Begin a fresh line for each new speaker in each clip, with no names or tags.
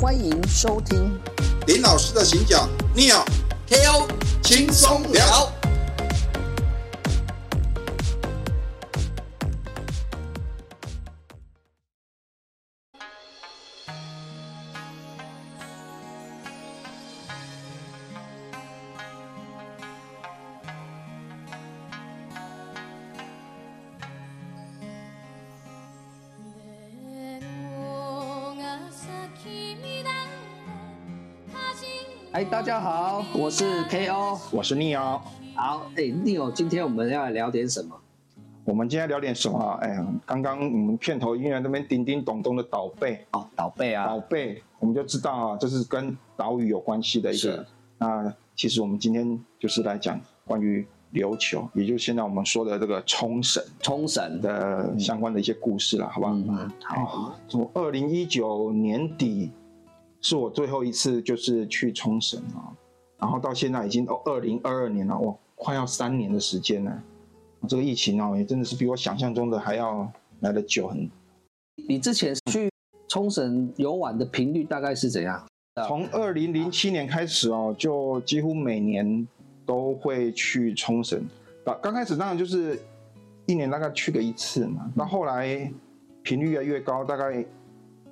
欢迎收听。
林老师的行脚 n e
KO
轻松聊。
哎，大家好，我是 KO。
我是逆哦。
好，哎，你有今天我们要来聊点什么？
我们今天聊点什么啊？哎呀，刚刚我们片头音乐那边叮叮咚咚的岛贝，
哦，倒背啊
岛，贝，我们就知道啊，这是跟岛屿有关系的一
是
个。那其实我们今天就是来讲关于琉球，也就是现在我们说的这个冲绳
冲绳。
的相关的一些故事了，好不好？
嗯，好，
哦，从二零一九年底是我最后一次就是去冲绳啊，然后到现在已经哦二零二二年了，哇，快要三年的时间了。这个疫情哦，也真的是比我想象中的还要来得久很。
你之前去冲绳游玩的频率大概是怎样？
从二零零七年开始哦，就几乎每年都会去冲绳。刚刚开始当然就是一年大概去个一次嘛，那后来频率越来越高，大概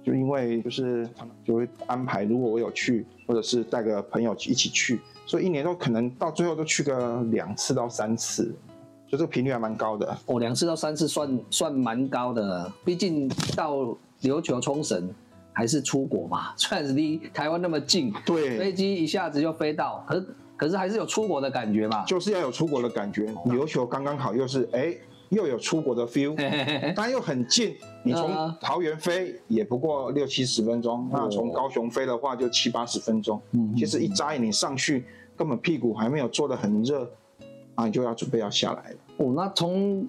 就因为就是就会安排，如果我有去，或者是带个朋友一起去，所以一年都可能到最后都去个两次到三次，就这个频率还蛮高的。
哦，两次到三次算算蛮高的了，毕竟到琉球冲绳还是出国嘛， 虽然离台湾那么近，飞
对，
机一下子就飞到，可可是还是有出国的感觉 嘛。
就是要有出国的感觉，琉球刚刚好又是哎又有出国的 feel。
嘿嘿嘿嘿
但又很近，你从
嗯哦
桃园飞也不过六七十分钟，那从高雄飞的话就七八十分钟。
嗯
其实一眨眼你上去，根本屁股还没有坐得很热，啊，你就要准备要下来了。
哦，那从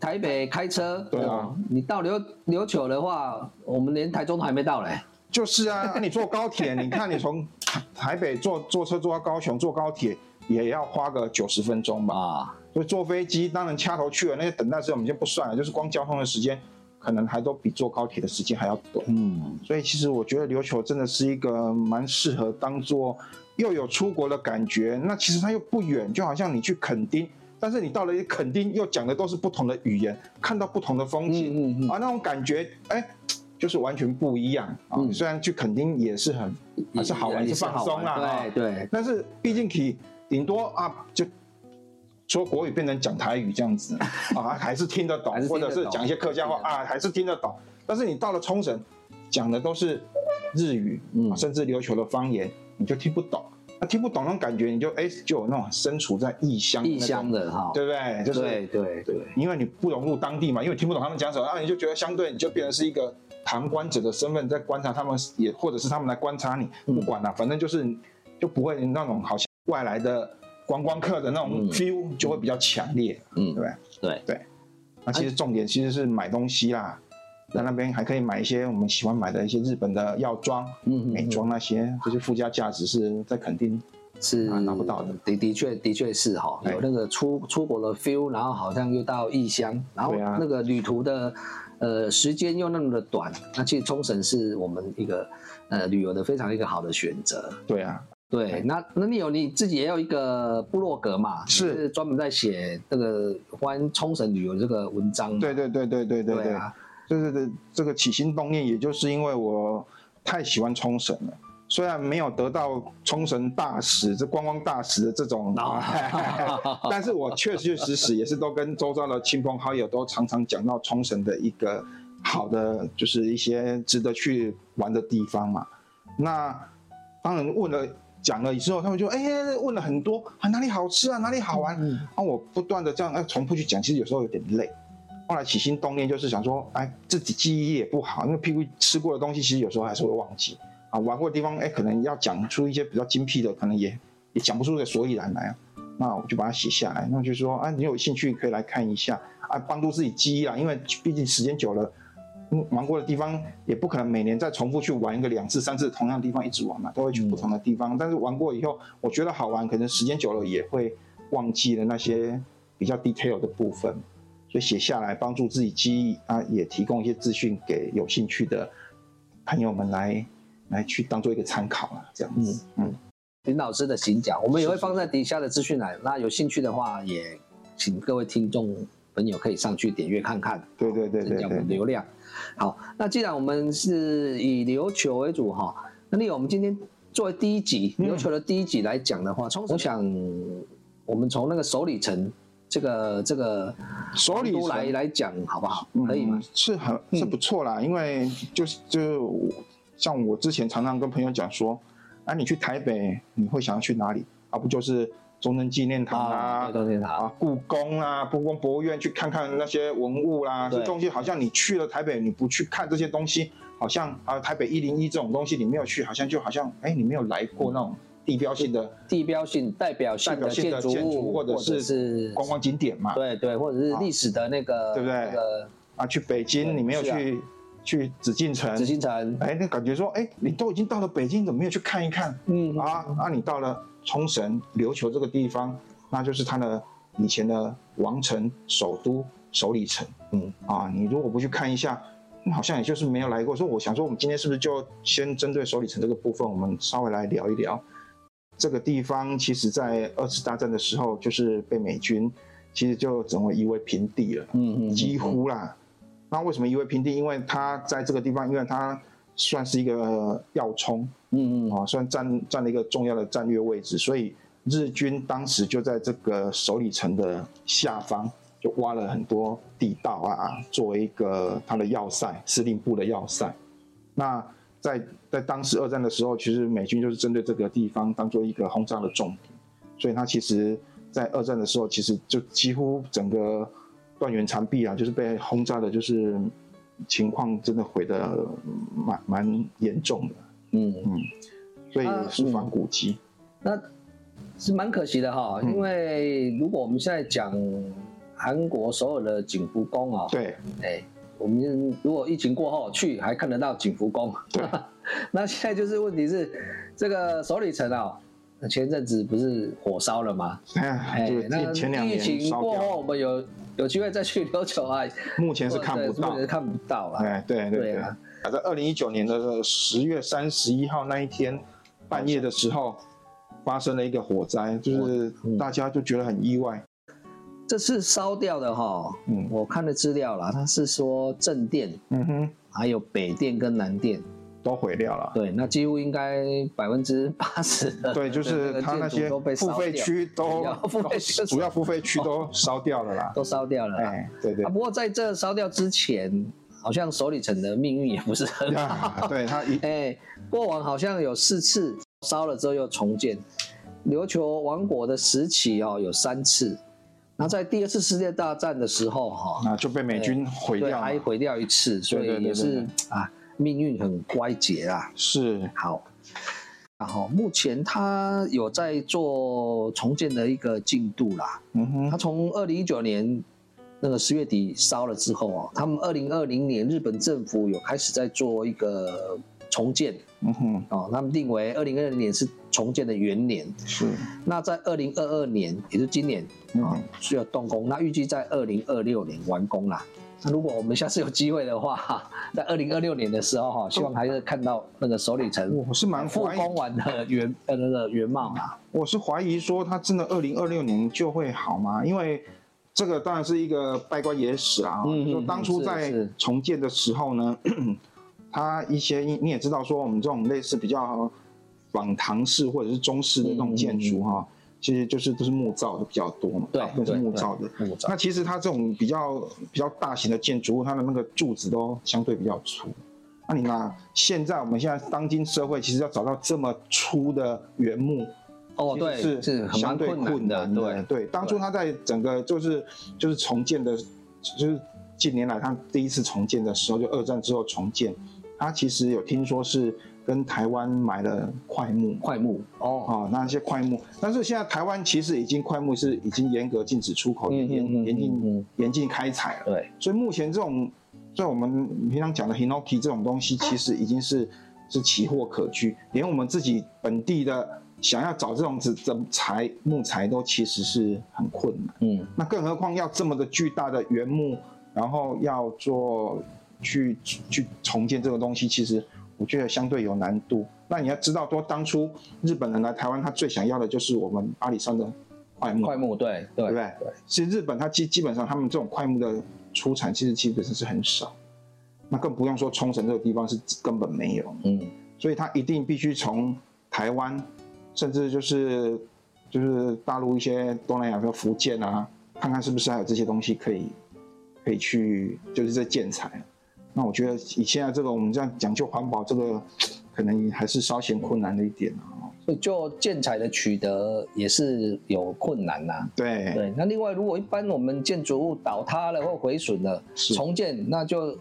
台北开车，
对啊
哦你到琉琉球的话，我们连台中都还没到嘞。
就是啊， 啊你坐高铁，你看你从台台北坐坐车坐到高雄，坐高铁也要花个九十分钟吧。
啊，
所以坐飞机当然掐头去尾，那些等待时间我们先不算了，就是光交通的时间，可能还都比坐高铁的时间还要短。
嗯，
所以其实我觉得琉球真的是一个蛮适合当做又有出国的感觉。那其实它又不远，就好像你去垦丁，但是你到了垦丁又讲的都是不同的语言，看到不同的风
嗯
景、
嗯嗯
啊，那种感觉哎，就是完全不一样啊。
嗯
虽然去垦丁也是很还是好玩，
也
是放松啦、
好
啊
玩，对对，
但是毕竟体顶多啊就。说国语变成讲台语这样子啊， 还是听得懂
还，是听
或
得懂
者是讲一些客家话
听得
啊，还是听得懂。但是你到了冲绳，讲的都是日语，
嗯
啊甚至琉球的方言，你就听不懂。那听不懂那种感觉，你就哎、就有那种身处在异乡
异
那种
乡，的哈，
对不对？就是
对对对，
因为你不融入当地嘛，因为你听不懂他们讲什么，啊然后你就觉得相对你就变成是一个旁观者的身份在观察他们，也或者是他们来观察你，
嗯
不管了、反正就是就不会那种好像外来的观光客的那
嗯
种 feel 就会比较强烈，对不
嗯，
对？
对，
那其实重点其实是买东西啦，在那边还可以买一些我们喜欢买的一些日本的药妆、
嗯
美妆那些，这些附加价值是在肯定
是
啊拿不到的，
的的确的确是哈，
对
有那个出出国的 feel，然后好像又到异乡，然后
对啊
那个旅途的呃时间又那么的短，那其实冲绳是我们一个呃旅游的非常一个好的选择。
对啊，
对，那那你有你自己也有一个部落格嘛？
是
你专门在写这个关于冲绳旅游这个文章嘛。
对对对对对对对。
啊，
就是这这个起心动念，也就是因为我太喜欢冲绳了。虽然没有得到冲绳大使这观光大使的这种， 但是我确确实实也是都跟周遭的亲朋好友都常常讲到冲绳的一个好的，就是一些值得去玩的地方嘛。那当然问了讲了之后，他们就哎、问了很多啊哪里好吃啊哪里好玩，
嗯
啊，我不断的这样哎重复去讲，其实有时候有点累。后来起心动念就是想说，哎，自己记忆也不好，因为屁股吃过的东西，其实有时候还是会忘记啊。玩过的地方，哎，可能要讲出一些比较精辟的，可能也也讲不出个所以然来啊。那我就把它写下来，那就说，啊，你有兴趣可以来看一下，啊，帮助自己记忆啊，因为毕竟时间久了，嗯玩过的地方也不可能每年再重复去玩个两次、三次同样的地方一直玩嘛，都会去不同的地方。但是玩过以后，我觉得好玩，可能时间久了也会忘记了那些比较 detail 的部分，所以写下来帮助自己记忆啊，也提供一些资讯给有兴趣的朋友们来来去当做一个参考了，这样子。嗯
林老师的行脚，我们也会放在底下的资讯栏。那有兴趣的话，也请各位听众朋友可以上去点阅看看，
对对对
增
对
加我们的
对。
流量。好，那既然我们是以琉球为主哈，那丽友，我们今天作为第一集
嗯
琉球的第一集来讲的话，从我想我们从那个首里城这个这个
首里
王都
城
来来讲好不好？可以吗
嗯？？是很是不错啦，因为就是就是我像我之前常常跟朋友讲说，啊，你去台北你会想要去哪里？啊，不就是中正纪念堂
啊，
啊
对，东天塔，
啊，故宫啊，故宫博物院去看看那些文物啦、
对
这东西好像你去了台北，你不去看这些东西，好像啊，台北一零一这种东西你没有去，好像就好像哎，你没有来过那种地标性的
地标性、代表性
代
的
表性
建
的
筑
建
物
筑，或者
者是
观光景点嘛。
对对，或者是
啊
历史的那个，
对不对
那个
啊，去北京
对
你没有
是啊
去去紫禁城
紫，禁城，
哎，那感觉说哎，你都已经到了北京，怎么没有去看一看？
嗯
啊，那你到了冲绳琉球这个地方，那就是它的以前的王城首都首里城。
嗯，
啊，你如果不去看一下，嗯好像也就是没有来过。所以我想说，我们今天是不是就先针对首里城这个部分，我们稍微来聊一聊这个地方。其实，在二次大战的时候，就是被美军其实就成为夷为平地了。
嗯嗯，
几乎啦。那为什么夷为平地？因为它在这个地方，因为它算是一个要冲，
嗯嗯
啊，算占占了一个重要的战略位置，所以日军当时就在这个首里城的下方就挖了很多地道啊，作为一个他的要塞，司令部的要塞。那在在当时二战的时候，其实美军就是针对这个地方当做一个轰炸的重点，所以它其实在二战的时候，其实就几乎整个断垣残壁啊，就是被轰炸的，就是情况真的毁的蛮蛮严重的。
嗯，
所以
啊
是仿古迹。
那是蛮可惜的哈，
嗯
因为如果我们现在讲韩国首尔的景福宫啊，，
对
哎，我们如果疫情过后去，还看得到景福宫。
对
那现在就是问题是，这个首里城啊，前阵子不是火烧了吗？
哎，
哎
就是，
那
前前两
疫
年
情
烧
过后，
掉，
我们有有机会再去琉球 啊，
目前是看不
对
到
目前。是看不到了。
哎，对对
对
对
啊。
在二零一九年的十月三十一号那一天半夜的时候，发生了一个火灾，就是
嗯
大家就觉得很意外。
这次烧掉的哈，
嗯
我看的资料啦，它是说正殿、
嗯哼，
还有北殿跟南殿，
都毁掉了。
对，那几乎应该百分之八十的
对，就
那
是
个
它
建
那
筑
些
都被烧
付
掉
费区都
对付费区
都主要付费区都烧掉了啦。
都烧掉了啦。
哎，对对
啊，不过在这烧掉之前，好像首里城的命运也不是很好。
呀，啊对它一
啊哎，过往好像有四次烧了之后又重建，琉球王国的时期哦有三次，那在第二次世界大战的时候哈、
啊就被美军毁
对，
掉
还
了。
毁掉一次，所
对
以
对
也
对对
是啊，命运很乖结啊啦。
是，
好，然后目前它有在做重建的一个进度啦。
嗯
它
哼，
从二零一九年那个十月底烧了之后哦，他们二零二零年日本政府有开始在做一个重建
嗯哼，
哦，他们定为二零二零年是重建的元年。
是，
那在二零二二年，也就是今年
嗯
啊
哼，
需要动工。那预计在二零二六年完工啦。那如果我们下次有机会的话， 在二零二六年的时候哈，希望还是看到那个首里城
我是蛮
复
怀疑
工完的原呃那个原貌啊。
我是怀疑说他真的二零二六年就会好吗？因为这个当然是一个拜官野史啊。
嗯嗯
就当初
是
在
是
重建的时候呢， 他一些你你也知道，说我们这种类似比较仿唐式或者是中式的
嗯
那种建筑哈、其实就是都是木造的比较多嘛，
对
大部分是
对
啊木
对
造的。
木造
那其实它这种比较比较大型的建筑物，它的那个柱子都相对比较粗。那你拿现在我们现在当今社会，其实要找到这么粗的原木，
哦，
其
对，
实是
是很
相
蛮
对
困
难
难的，对。
对，当初他在整个就是就是重建的，就是近年来他第一次重建的时候，就二战之后重建，他其实有听说是跟台湾买了块木。
快木哦，
哦，那些块木，但是现在台湾其实已经块木是已经严格禁止出口，
嗯嗯嗯
严严严
嗯嗯
禁严禁开采了。
对，
所以目前这种，在我们平常讲的 Hinoki 这种东西，其实已经是是奇货可居，连我们自己本地的想要找这种子这种材木材都其实是很困难。
嗯，
那更何况要这么的巨大的原木，然后要做去去重建这个东西，其实我觉得相对有难度。那你要知道，说当初日本人来台湾，他最想要的就是我们阿里山的快木，
嗯快木，对对
对不对？其实日本它基基本上他们这种快木的出产，其实基本上是很少。那更不用说冲绳这个地方是根本没有，
嗯，
所以它一定必须从台湾，甚至就是就是大陆一些东南亚，比如福建啊，看看是不是还有这些东西可以可以去，就是这建材。那我觉得以现在这个我们这样讲究环保，这个可能还是稍显困难了一点啊。
所以就建材的取得也是有困难呐、
对，
对，那另外如果一般我们建筑物倒塌了或毁损了，
是
重建那就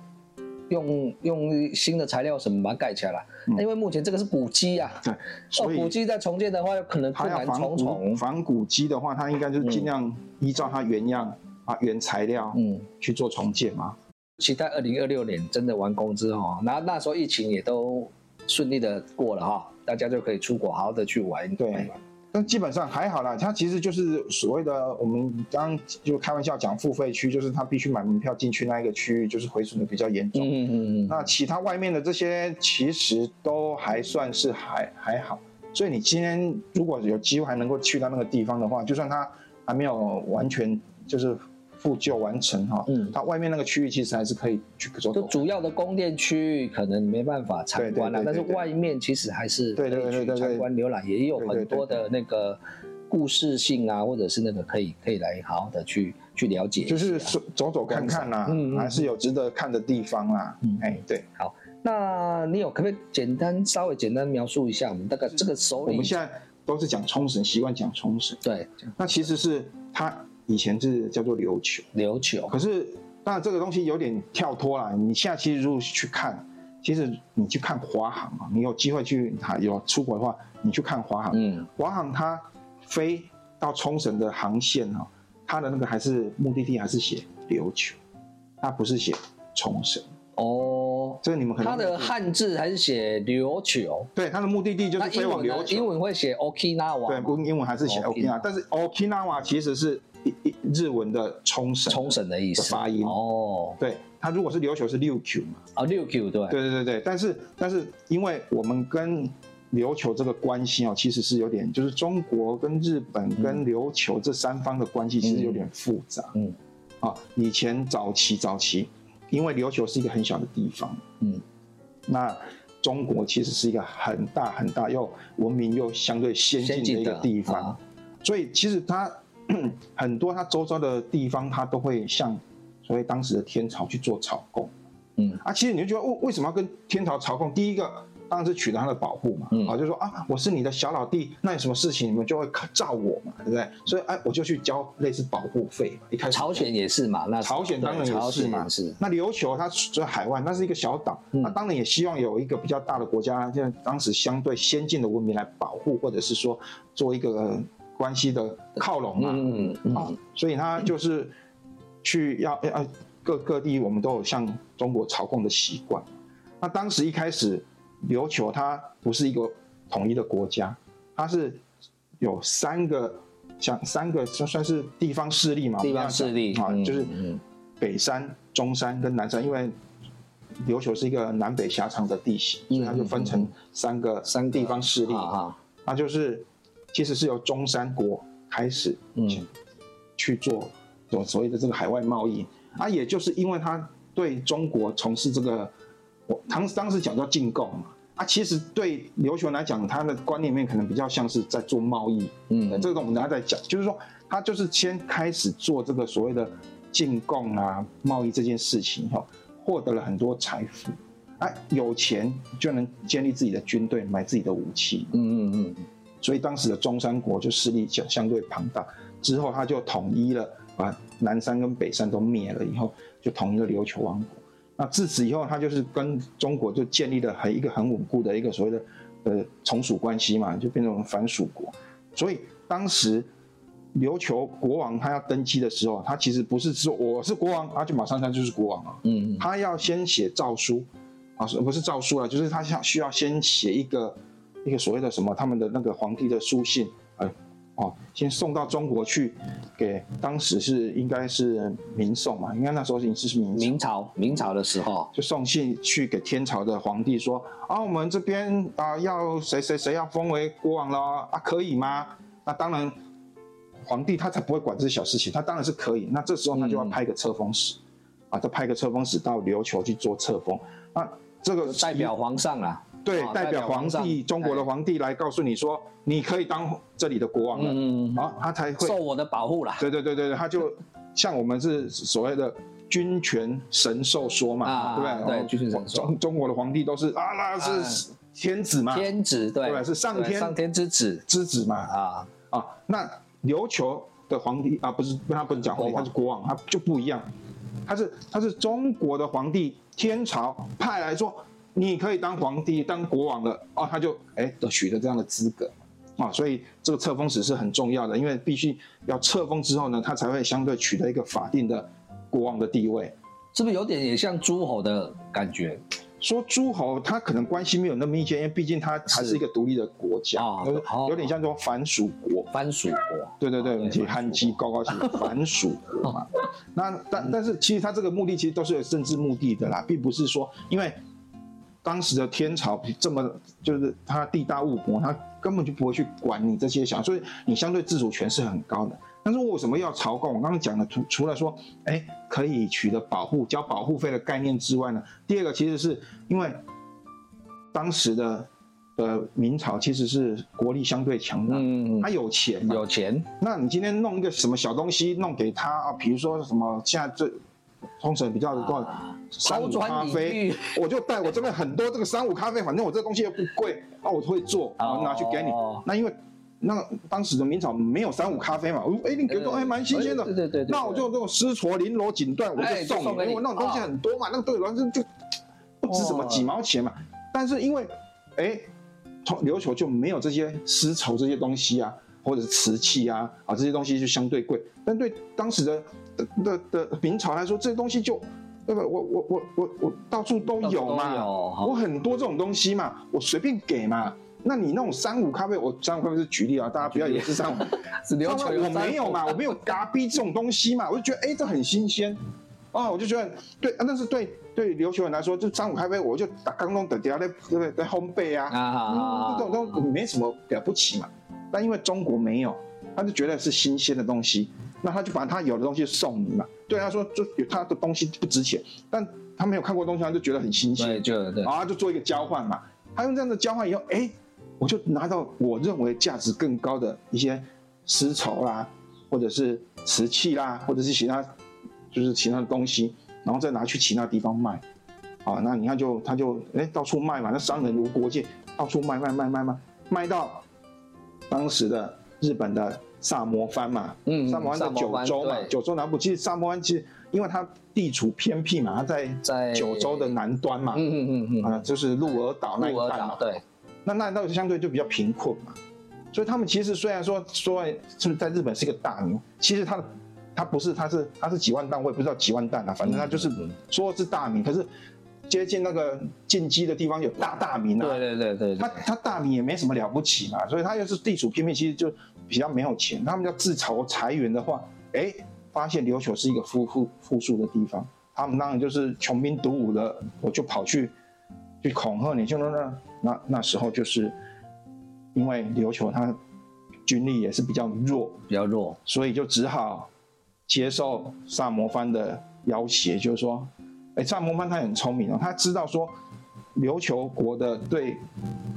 用用新的材料什么把它盖起来了。
嗯
那因为目前这个是古迹啊，
对
哦，
所以
古迹在重建的话，有可能
它
困
要
难
仿
重
古
重。
仿古迹的话，它应该就是尽量依照它原样、啊原材料
嗯，
去做重建嘛。
期待二零二六年真的完工之后，然后那时候疫情也都顺利的过了哈，大家就可以出国好好的去玩。
对但基本上还好啦，它其实就是所谓的我们刚刚就开玩笑讲付费区，就是它必须买门票进去那一个区域，就是毁损的比较严重。
嗯嗯嗯嗯，
那其他外面的这些其实都还算是还还好，所以你今天如果有机会还能够去到那个地方的话，就算它还没有完全就是复旧完成哈，
嗯
它外面那个区域其实还是可以去
就
走走。
主要的供电区域可能没办法参观了、
对对对对
但是
对
外面其实还是可
对对
以
对
去
对对
参观浏览，也有
对对
很多
对
的那个故事性啊，或者是那个可以可以来好好的去去了解一下。
就是走走走看看啦、
嗯嗯嗯
还是有值得看的地方啦。
嗯
哎、对，
那你有可不可以简单稍微简单描述一下我们大概这个首
我
里
们？现在都是讲冲绳，习惯讲冲绳。
对，
那其实是它以前是叫做琉球，
琉球
可是当然这个东西有点跳脱啦。你现在其实如果去看，其实你去看华航啊，你有机会去啊有出国的话，你去看华航，
嗯，
华航它飞到冲绳的航线啊，它的那个还是目的地还是写琉球，它不是写冲绳。
哦，
这个你们可能
它的汉字还是写琉球，
对它的目的地就
那
是飞
英
往
文
琉
呢？
球
英。文会写 Okinawa，
对，
吗
不，英文还是写
哦 Okinawa
Okinawa，但是 Okinawa 其实是一一日文的冲绳。
冲绳的意思
的发音
哦，
对，它如果是琉球是琉球嘛。
啊，六 Q 对，
对对对对，但是但是因为我们跟琉球这个关系哦，其实是有点，就是中国跟日本跟琉球这三方的关系其实有点复杂。
嗯，
啊，以前早期早期，因为琉球是一个很小的地方，
嗯，
那中国其实是一个很大很大又文明又相对先
先
进
进
的一个
的
地方，
啊
所以其实它 很多它周遭的地方，它都会向所谓当时的天朝去做朝贡。
嗯
啊，其实你就觉得为为什么要跟天朝朝贡？第一个当然是取得他的保护嘛，
嗯
啊，就说啊，我是你的小老弟，那有什么事情你们就会照我嘛，对不对？所以哎、我就去交类似保护费嘛。一开始
朝鲜也是嘛，那时候
朝鲜当然
对朝
也是
鲜
嘛
也是，
那琉球它在海外，那是一个小岛，
嗯
那当然也希望有一个比较大的国家，像当时相对先进的文明来保护，或者是说做一个呃关系的靠拢嘛，
嗯
啊
嗯，
所以他就是去要要要各各地，我们都有向中国朝贡的习惯。那当时一开始，琉球它不是一个统一的国家，它是有三个像三个算算是地方势力嘛，
地方势力
啊，
嗯
就是
嗯
北山、中山跟南山，因为琉球是一个南北狭长的地形，所以它就分成三个
三个
地方势力
嗯啊哈，
那就是其实是由中山国开始，
嗯
去做所所谓的这个海外贸易。啊，也就是因为他对中国从事这个，我当当时讲叫进贡嘛，啊，其实对琉球人来讲，他的观念里面可能比较像是在做贸易，
嗯，
这个我们等下再讲，就是说他就是先开始做这个所谓的进贡啊、贸易这件事情哈、获得了很多财富。啊，有钱就能建立自己的军队，买自己的武器，
嗯嗯嗯，
所以当时的中山国就势力相相对庞大。之后他就统一了，把南山跟北山都灭了以后，就统一了琉球王国。那自此以后，他就是跟中国就建立了很一个很稳固的一个所谓的呃从属关系嘛，就变成藩属国。所以当时琉球国王他要登基的时候，他其实不是说我是国王，他就马上他就是国王啊，
嗯嗯
他要先写诏书，啊，是不是诏书啊，就是他需要需要先写一个一个所谓的什么他们的那个皇帝的书信，呃，哦，先送到中国去，给当时是应该是明宋嘛，应该那时候已经是明朝
明朝明朝的时候，
就送信去给天朝的皇帝说啊，我们这边啊要谁谁谁要封为国王了啊，可以吗？那当然，皇帝他才不会管这些小事情，他当然是可以。那这时候他就要
嗯
派一个册封使，啊，再派一个册封使到琉球去做册封。那这个
代表皇上啦，
对
啊
代
代
表
表
皇
皇上
帝，中国的皇帝来告诉你说，你可以当这里的国王了，
嗯，
啊，他才会
受我的保护啦，
对对对对对，他就像我们是所谓的君权神授说嘛，
啊
对不对？
对
哦
君权神授
中中国的皇帝都是啊，那是天子嘛，
天子对
对是上
对
天
上天之子
之子嘛，
啊，
啊，那琉球的皇帝啊，不是他不是讲皇帝，
国王
他是国王，他就不一样，他是他是中国的皇帝，天朝派来说你可以当皇帝当国王了，哦，他就哎都取得这样的资格。啊，所以这个册封史是很重要的，因为必须要册封之后呢，他才会相对取得一个法定的国王的地位。
是不是有点也像诸侯的感觉？
说诸侯，他可能关系没有那么密切，因为毕竟他还是一个独立的国家，
哦
有
哦
有点像说藩属国。
藩属国，
对对对，
哦
我们提汉基高高是 藩属国嘛。那
嗯
但但是其实他这个目的其实都是有政治目的的啦，并不是说因为当时的天朝这么就是他地大物博，他根本就不会去管你这些小，所以你相对自主权是很高的。但是为什么要朝贡？我刚刚讲的，除除了说，哎，可以取得保护、交保护费的概念之外呢，第二个其实是因为当时的的明朝其实是国力相对强大，
嗯，
他有钱嘛，
有钱，
那你今天弄一个什么小东西弄给他啊？比如说什么现在最冲绳比较多的
啊
三
抛
五
砖
咖
引
啡
玉，
我就带我这边很多这个三五咖啡，反正我这东西又不贵，啊，我会做，
哦
我拿去给你。那因为那个当时的明朝没有三五咖啡嘛，我哎、你给我
对
哎蛮新鲜的，
呃对对对对
那我就那种丝绸绫罗锦缎我
哎
就
就
送你，
送给
因
你
为我那种东西很多嘛，那个对我来说就就不值什么
哦
几毛钱嘛。但是因为哎，从琉球就没有这些丝绸这些东西啊，或者是瓷器啊啊这些东西就相对贵，但对当时的的的的明朝来说，这些东西就那个我我我我我到处都
到处
有
都
嘛，
有哈
我很多这种东西嘛，我随便给嘛。那你那种三五咖啡，我三五咖啡是举例啊，大家不要以为是三五，
是琉
他
球
们我没有嘛，我没
有
有嘎逼这种东西嘛，我就觉得哎、这很新鲜，哦，我就觉得对，啊、但是对对琉球人来说，就三五咖啡，我就打刚弄等底下在对不对在烘焙啊，
啊
嗯，这种东没什么了不起嘛。但因为中国没有，他就觉得是新鲜的东西，那他就把他有的东西送你嘛。对他说，就有他的东西不值钱，但他没有看过东西，他就觉得很新鲜
对，，就对
然，后他啊就做一个交换嘛。他用这样的交换以后，哎，我就拿到我认为价值更高的一些丝绸啦，或者是瓷器啦，或者是其他就是其他的东西，然后再拿去其他地方卖。啊，那你看就他就哎到处卖嘛，那商人无国界，到处卖卖卖卖卖，卖到当时的日本的萨摩藩嘛，
嗯
萨摩藩在
萨摩
九
藩
州嘛，
对
九州南部其实萨摩藩其实因为它地处偏僻嘛，它在
在
九州的南端嘛，
嗯嗯嗯嗯，
啊，就是鹿儿岛那一
鹿儿
带
岛
嘛，
对，
那那那相对就比较贫困嘛，所以他们其实虽然说说是在日本是一个大名，其实他的他不是他是他是几万担，我也不知道几万担啊，反正他就是
嗯嗯
说是大名，可是接近那个进击的地方有大大名啊，
对对对对，
他
对
他大名也没什么了不起嘛，所以他又是地处偏僻，其实就比较没有钱。他们要自筹财源的话，哎，发现琉球是一个富富富庶的地方，他们当然就是穷兵黩武的，我就跑去去恐吓你，就那那那那时候就是因为琉球他军力也是比较弱，
比较弱，
所以就只好接受萨摩藩的要挟，就是说，哎，萨摩藩他很聪明哦，他知道说琉球国的对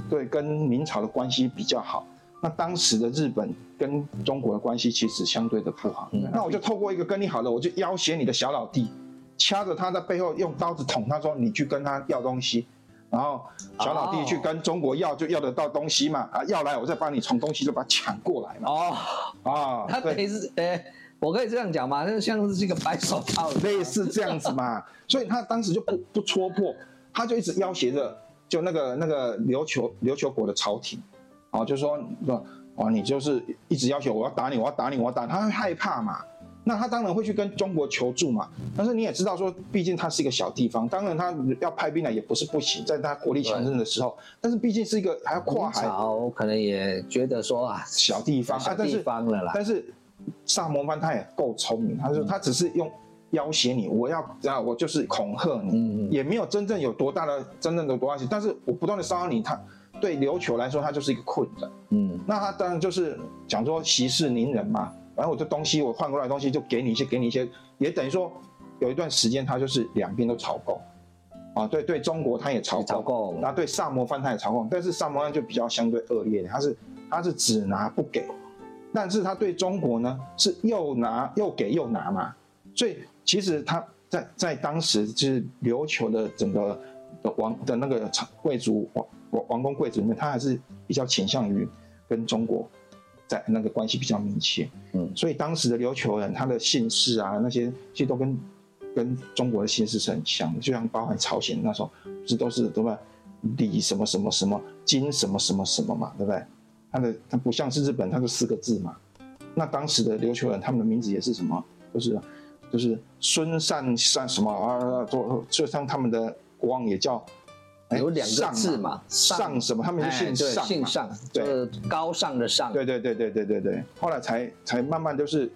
对跟明朝的关系比较好，那当时的日本跟中国的关系其实相对的不好，
嗯
那我就透过一个跟你好的，我就要挟你的小老弟，掐着他在背后用刀子捅他说你去跟他要东西。然后小老弟
哦
去跟中国要，就要得到东西嘛，啊，要来我再帮你从东西就把它抢过来嘛，
哦，
啊，
他
对。
等于是，哎，我可以这样讲嘛，那像是一个白手套一样，
类似这样子嘛，所以他当时就不不戳破，他就一直要挟着就那个那个琉球琉球国的朝廷，哦，就说说哦，你就是一直要求我要打你，我要打你，我要打你，他会害怕嘛，那他当然会去跟中国求助嘛。但是你也知道说，毕竟它是一个小地方，当然他要派兵来也不是不行，在他国力强盛的时候，但是毕竟是一个还要
明
跨海
朝可能也觉得说啊，
小地方
小
啊，但
地
是
方了啦，嗯
但是萨摩藩他也够聪明，他说他只是用要挟你，我要啊，我就是恐吓你，
嗯嗯
也没有真正有多大的真正的多大性，但是我不断的骚扰你，他对琉球来说，他就是一个困扰。
嗯，
那他当然就是讲说息事宁人嘛，然后我这东西我换过来的东西就给你一些，给你一些，也等于说有一段时间他就是两边都朝贡，啊，对对，中国他也朝
朝
贡，
贡
那对萨摩藩他也朝贡，但是萨摩藩就比较相对恶劣，他是他是只拿不给，但是他对中国呢是又拿又给又拿嘛，所以其实他在在当时就是琉球的整个的王的那个朝贵族王王王公贵族里面，他还是比较倾向于跟中国在那个关系比较密切，
嗯
所以当时的琉球人他的姓氏啊那些其实都跟跟中国的姓氏是很像的，就像包含朝鲜那时候不是都是对吧？李什么什么什么金什么什么什么嘛，对不对？它的它不像是日本，它就四个字嘛。那当时的琉球人，他们的名字也是什么？就是就是孙善善什么啊？就就像他们的国王也叫，哎
有两个字嘛，
上上什么？他们就
哎
姓
对
上嘛、
姓上，
对
就是高尚的上，
对对对对对对对。后来才才慢慢就是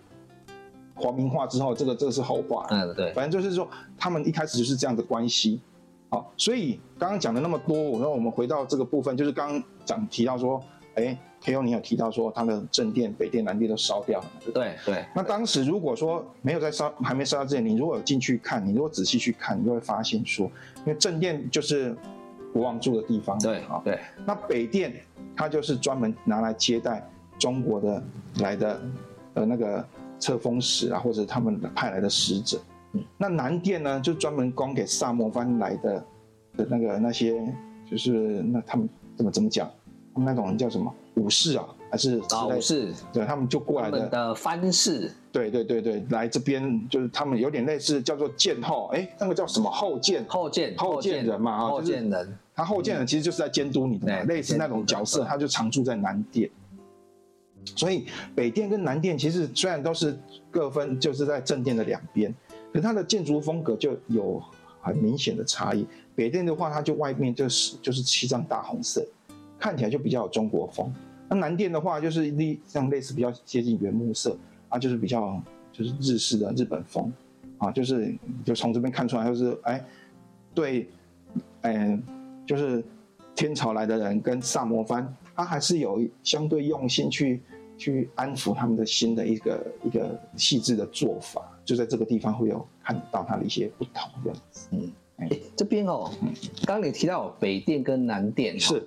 皇民化之后，这个这个是后话。
嗯对，
反正就是说，他们一开始就是这样的关系。好，所以刚刚讲了那么多，那我们回到这个部分，就是刚刚讲提到说，哎，K O 你有提到说他的正殿、北殿、南殿都烧掉了嘛，对不对
对对，
那当时如果说没有在烧，还没烧到之前，你如果有进去看，你如果仔细去看，你就会发现说，因为正殿就是国王住的地方，
对
啊，
对，
那北殿它就是专门拿来接待中国的来的呃那个册封使啊，或者他们派来的使者。嗯那南殿呢，就专门供给萨摩藩来的的那个那些，就是那他们怎么怎么讲，他们那种叫什么武士啊，还是之类
老
的
是
对，他们就过
他
来
们
的，
的藩士，
对对对对，来这边就是他们有点类似叫做建后，哎，那个叫什么后建，
后见
后见人嘛啊
后
就是
见人，
他后建人其实就是在监督你的嘛，
嗯对
类似那种角
监
色，
督的
他就常驻在南店。所以北殿跟南殿其实虽然都是各分，就是在正殿的两边，可它的建筑风格就有很明显的差异。北殿的话，它就外面就是就是七张大红色，看起来就比较有中国风；那南殿的话，就是类像类似比较接近原木色，啊，就是比较就是日式的日本风，啊，就是就从这边看出来，就是哎，对，嗯、就是天朝来的人跟萨摩藩，他还是有相对用心去去安抚他们的心的一个一个细致的做法，就在这个地方会有看到他的一些不同的，
诶这边哦，刚你提到北殿跟南殿、哦，
是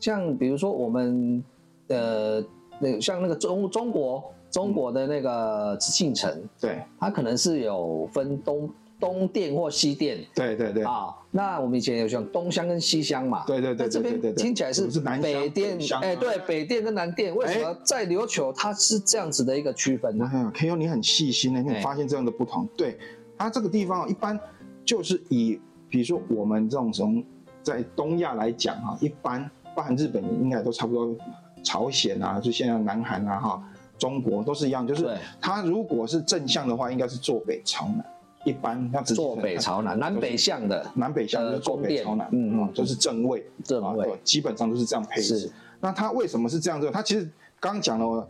像比如说我们呃，那像那个中中国中国的那个紫禁城，
对
它可能是有分东东殿或西殿
对对对，
啊。那我们以前有像东厢跟西厢嘛，
对对对
那这
对对
边
对对
听起来
我们是南厢
北殿
北厢，
哎，
啊哎
对，北殿跟南殿，为什么在琉球它是这样子的一个区分呢？
嗯，K O 你很细心的，你有
哎
发现这样的不同。对，它这个地方一般就是以，比如说我们这种从在东亚来讲哈，一般包含日本应该都差不多，朝鲜啊，就现在南韩啊哈，中国都是一样，就是
对
它如果是正向的话，应该是坐北朝南。一般它只是
坐北朝南，南北向的，
南北向就是坐北朝南
呃，宫殿
嗯，就是正位，
正位
啊对基本上都是这样配置
是。
那它为什么是这样做？它其实刚刚讲了，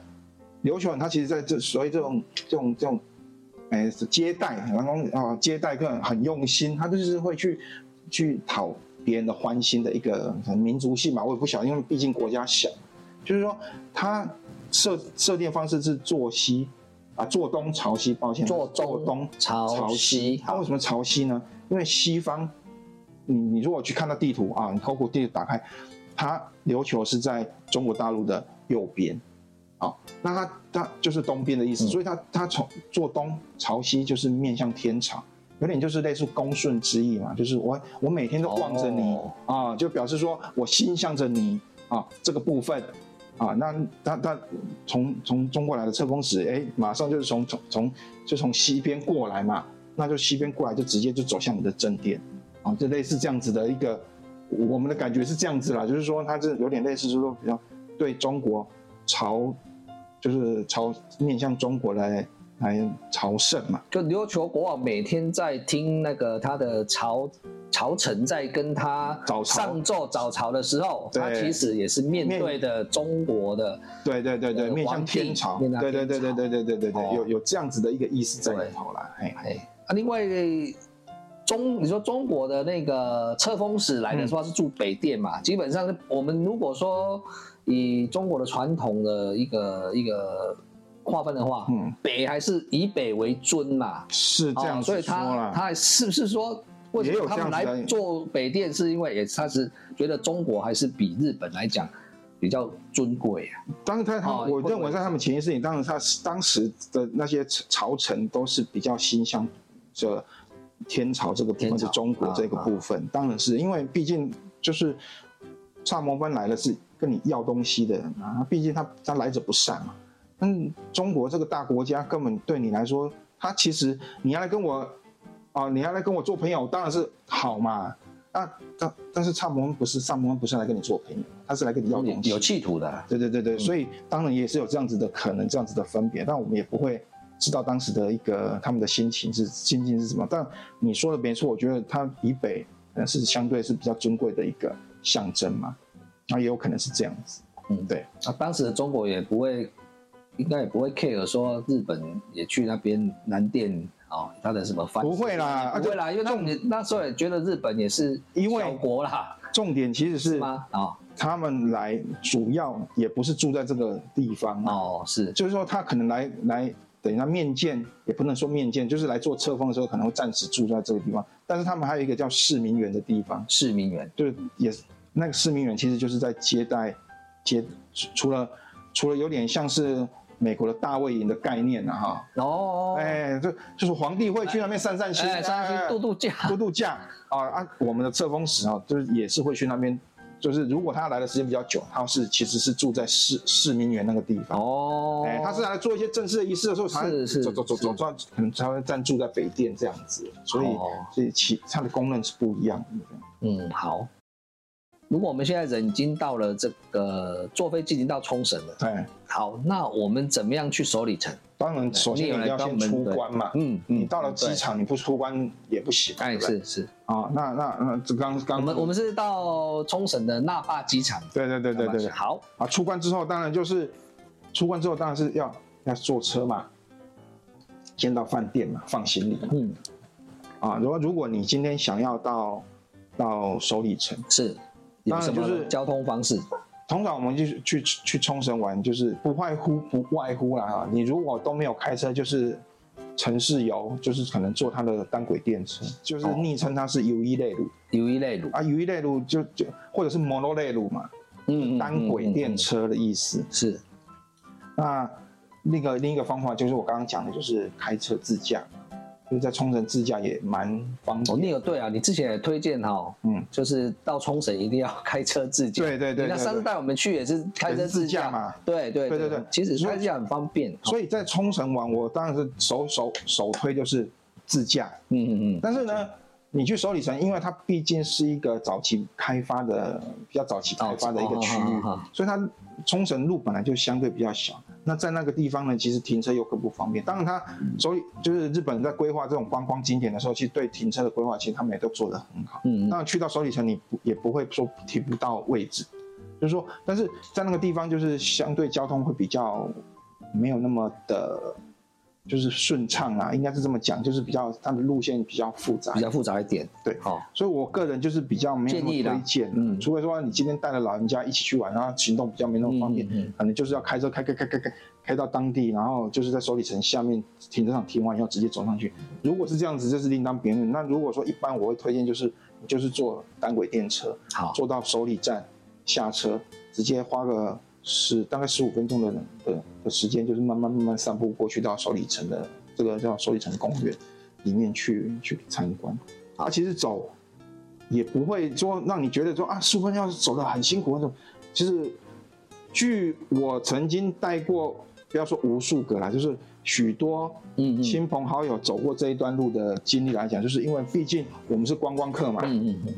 琉球人他其实在这所以这种这种这种，哎，接待，然后啊接待更很用心，他就是会去去讨别人的欢心的一个很民族性吧，我也不晓得，因为毕竟国家小，就是说它设设定方式是坐西。啊，坐东朝西，抱歉，
坐
坐
东
东
朝西
它为什么潮汐呢？因为西方，你你如果去看到地图啊，你 Google 地图打开，它琉球是在中国大陆的右边，好，哦那它它就是东边的意思，
嗯
所以它它从坐东朝西就是面向天朝。有点就是类似恭顺之意嘛，就是我我每天都望着你、
哦
啊，就表示说我心向着你啊这个部分啊，那他他从从中国来的册封使，哎，马上就是从从从就从西边过来嘛，那就西边过来就直接就走向你的正殿，啊，就类似这样子的一个，我们的感觉是这样子啦，就是说它是有点类似，就是说比较对中国朝，就是朝面向中国来来朝圣嘛。
就琉球国王每天在听那个他的朝朝臣在跟他
早朝
上奏早朝的时候，
对
他其实也是面
面
对的中国的
对对对对，
呃
面向
皇帝
天朝，
面向
对对对对
天朝
对对对对对，
哦
有有这样子的一个意思在
对
里头啦。哎，
哎啊，另外中你说中国的那个册封使来的
嗯
话是住北殿嘛，基本上我们如果说以中国的传统的一个一个划分的话，
嗯，
北还是以北为尊嘛，
是这样
哦所
子
以
说
他
啦。
他是不是说？为什
也
么
有
他们
这样子的
来做北殿，是因为也他是觉得中国还是比日本来讲比较尊贵啊。
当然他，他
哦
我
会
认
不
为
会
在他们潜意识里，当然他当时的那些朝臣都是比较心向这天朝这个部
天
分，
朝啊
是中国这个部分。当然是因为毕竟就是萨摩藩来了是跟你要东西的人啊，毕竟他他来者不善嘛。嗯，中国这个大国家根本对你来说，他其实你要来跟我啊、你要来跟我做朋友，当然是好嘛。那但但是萨摩藩不是萨摩藩不是来跟你做朋友，他是来跟你要东西。
有企图的啊，
对对对对，所以当然也是有这样子的可能，这样子的分别，但我们也不会知道当时的一个他们的心情是心情是什么。但你说的没错，我觉得它以北呃是相对是比较尊贵的一个象征嘛，那也有可能是这样子。
嗯
对，
当时的中国也不会，应该也不会 care 说日本也去那边南店哦，他的什么藩
不会啊啦
不会啦，因为那你那时候也觉得日本也是
因为
小国啦，
重点其实
是
是
吗？哦
他们来主要也不是住在这个地方啊，
哦是，
就是说他可能来来等于他面见，也不能说面见，就是来做册封的时候可能会暂时住在这个地方，但是他们还有一个叫市民园的地方。
市民园
就是也是那个市民园其实就是在接待接除除了除了有点像是美国的大卫营的概念啊、哈，
哦，
哎，就就是皇帝会去那边散散心，啊
哎，山西度度假，
度度假啊啊！我们的册封使啊，就是也是会去那边，就是如果他来的时间比较久，他是其实是住在市市民园那个地方。
哦，
哎，他是来做一些正式的仪式的时候，才
是是
走走走走
是
走，可能才会暂住在北殿这样子，所以
哦
所以其它的功能是不一样的。
嗯，好。如果我们现在人已经到了这个坐飞机已经到冲绳了，
哎，
好，那我们怎么样去首里城？
当然，首先
你有
你
来
要
帮我
先
们
出
对
关嘛。
嗯
你到了机，
嗯
场你不出关也不行
对
嘛，
哎，
对不对
是是，
啊，那那那这刚刚
我们我们是到冲绳的那霸机场。
对对对对对对
好，
啊，出关之后当然就是出关之后当然是要要坐车嘛，先到饭店嘛，放行李嘛
嗯，
啊。如果如果你今天想要到到首里城，
是。有
当然
什
就
么
是
交通方式？
通常我们就是去去冲绳玩，就是不外乎不外乎啦啊，你如果都没有开车，就是城市游，就是可能坐它的单轨电车，就是
哦
昵称它是 U 一类路。
有一类路，
啊，有一类路就就或者是 mono 类路嘛，
嗯
单轨电
车
车的意思。
是
那那个另一个方法就是我刚刚讲的，就是开车自驾，就是在冲绳自驾也蛮方
哦，
便。
你有对啊，你之前也推荐哈，
嗯，
就是到冲绳一定要开车自驾。
对对对对
你那上次
对
带我们去也是开车自
也是自驾嘛。
对对
对对对
其实开自驾很方便。
所以在冲绳玩，我当然是首首首推就是自驾，
嗯嗯嗯，
但是呢。你去首里城，因为它毕竟是一个早期开发的、比较早期开发的一个区域，
哦哦哦哦哦
所以它冲绳路本来就相对比较小，那在那个地方呢，其实停车又更不方便。当然它，
嗯
所以就是日本人在规划这种观光景点的时候，其实对停车的规划，其实他们也都做得很好。
嗯，
那去到首里城，你不也不会说停不到位置，就是说，但是在那个地方，就是相对交通会比较没有那么的，就是顺畅啊，应该是这么讲，就是比较它的路线比较复杂
比，较复杂一点。
对
好、
所以我个人就是比较没有那
建议
么
啦
推荐，
嗯
嗯，除非说你今天带了老人家一起去玩，然后行动比较没那么方便，
嗯嗯嗯
可能就是要开车开开开开开开到当地，然后就是在首里城下面停车场停完以后直接走上去。如果是这样子，这是另当别论。那如果说一般，我会推荐就是你就是坐单轨电车，
好，
坐到首里站下车，直接花个十大概十五分钟的的的时间，就是慢慢慢慢散步过去到首里城的这个叫首里城公园里面去去参观。啊，其实走也不会说让你觉得说啊，十五分钟要走的很辛苦那种。其实，据我曾经带过，不要说无数个啦，就是许多
嗯嗯
亲朋好友走过这一段路的经历来讲，就是因为毕竟我们是观光客嘛，
嗯嗯嗯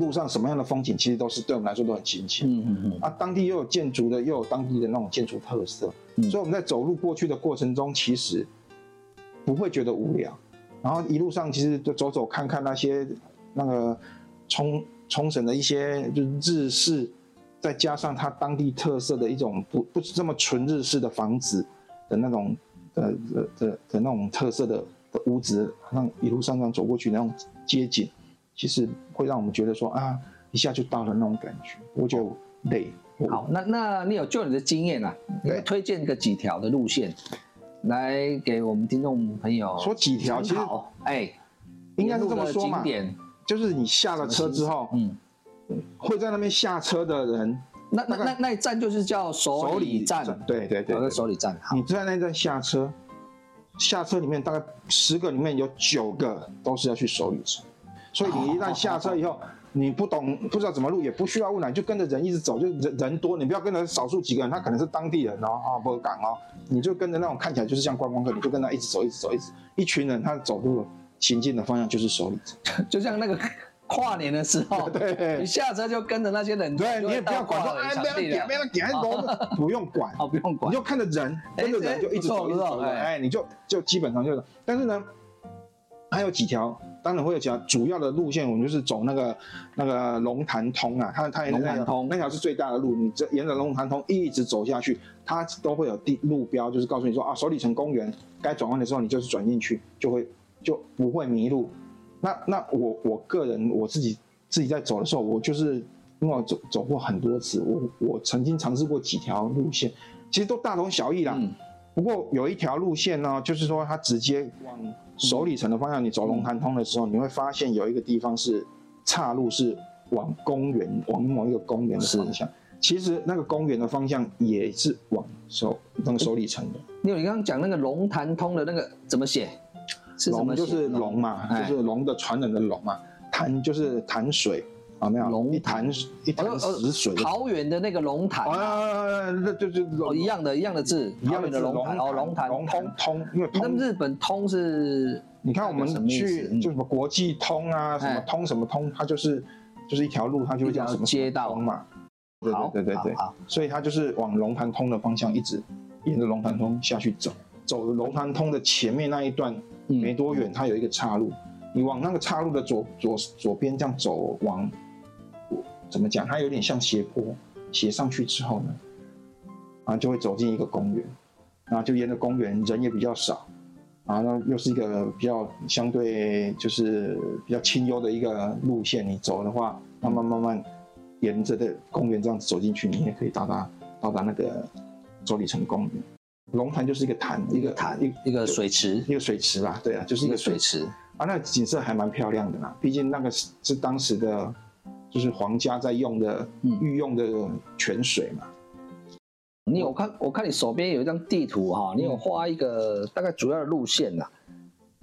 路上什么样的风景，其实都是对我们来说都很亲切。
嗯嗯嗯，
啊，当地又有建筑的，又有当地的那种建筑特色，
嗯
所以我们在走路过去的过程中，其实不会觉得无聊。然后一路上其实就走走看看那些那个冲冲绳的一些就是日式，再加上它当地特色的一种不不是这么纯日式的房子的那种呃的的的那种特色的的屋子，让一路上这样走过去那种街景，其实会让我们觉得说啊，一下就到了那种感觉，我就累。我
好，那那你有就你的经验啊，你
对
会推荐个几条的路线来给我们听众朋友
说几条
参
其实
考哎，
应该
沿
是
路
这么
的
说嘛
景点，
就是你下了车之后，
嗯，
会在那边下车的人
那那
大概
那那一站就是叫首里站，
对对对
我，在首里站。好
你在那站下车，下车里面大概十个里面有九个都是要去手里车，所以你一旦下车以后，你不懂不知道怎么路，也不需要问了，你就跟着人一直走，就人人多，你不要跟着少数几个人，他可能是当地人哦，啊、不港哦，你就跟着那种看起来就是像观光客，你就跟他一直走，一直走，一直一群人他走路行进的方向就是手里车，
就像那个跨年的时候，
对
一下车就跟着那些人，
对，
就
你
会
也不要
到
管说
跨
哎
年
不要
场地
点
了啊
不要点多，不用管，
哦，不用
你
管，
就看着人，
哎
跟着人
哎
就一直走，
不错
一直
不
走，
错哎
哎，你就就基本上就是，但是呢，还有几条，当然会有几条主要的路线，我们就是走那个那个龙潭通啊，它它也是
龙潭
那条
通
那条是最大的路，你这沿着龙潭通一直走下去，它都会有地路标，就是告诉你说啊，首里城公园该转弯的时候，你就是转进去，就会就不会迷路。那那我我个人我自己自己在走的时候，我就是因为我走走过很多次，我我曾经尝试过几条路线，其实都大同小异啦。
嗯，
不过有一条路线呢，就是说它直接往首里城的方向，你走龙潭通的时候，你会发现有一个地方是岔路，是往公园，往某一个公园的方向。其实那个公园的方向也是往首那个首里城的。
因为你刚刚讲那个龙潭通的那个怎么写？是怎
龙
么写
就是龙嘛，
哎
就是龙的传人的龙嘛，潭就是潭水，有没有？
龙
一潭一潭死水的。
哦桃园的那个龙潭
啊，
啊，
那就是
哦，一样的，一样的字，
一
桃
样
园
的
的龙潭，哦，龙潭
龙
通
潭。通，因为
那
通
日本通是
你看我
代表什
们
么意思
去
嗯
就什么国际通啊，什么
哎
通什么通，它就是就是一条路，它就会叫什
一
么
条街道
通嘛。对
好，
对对对对
好，好
所以它就是往龙潭通的方向一直沿着龙潭通下去走，走龙潭通的前面那一段
嗯
没多远，它有一个岔路，你往那个岔路的左左左边这样走，往怎么讲？它有点像斜坡，斜上去之后呢，啊，就会走进一个公园，然后就沿着公园人也比较少，啊，那又是一个比较相对就是比较清幽的一个路线，你走的话，慢慢慢慢沿着的公园这样子走进去，你也可以到达到达那个周里城公园。龙潭就是一个潭，
一个潭
一个，
一个水池，
一个水池吧，对啊，就是一个水池。
池。
啊，那景色还蛮漂亮的啦。毕竟那个是是当时的，就是皇家在用的
嗯
御用的泉水嘛。
你有看？我看你手边有一张地图哈，
嗯
你有画一个大概主要的路线呐，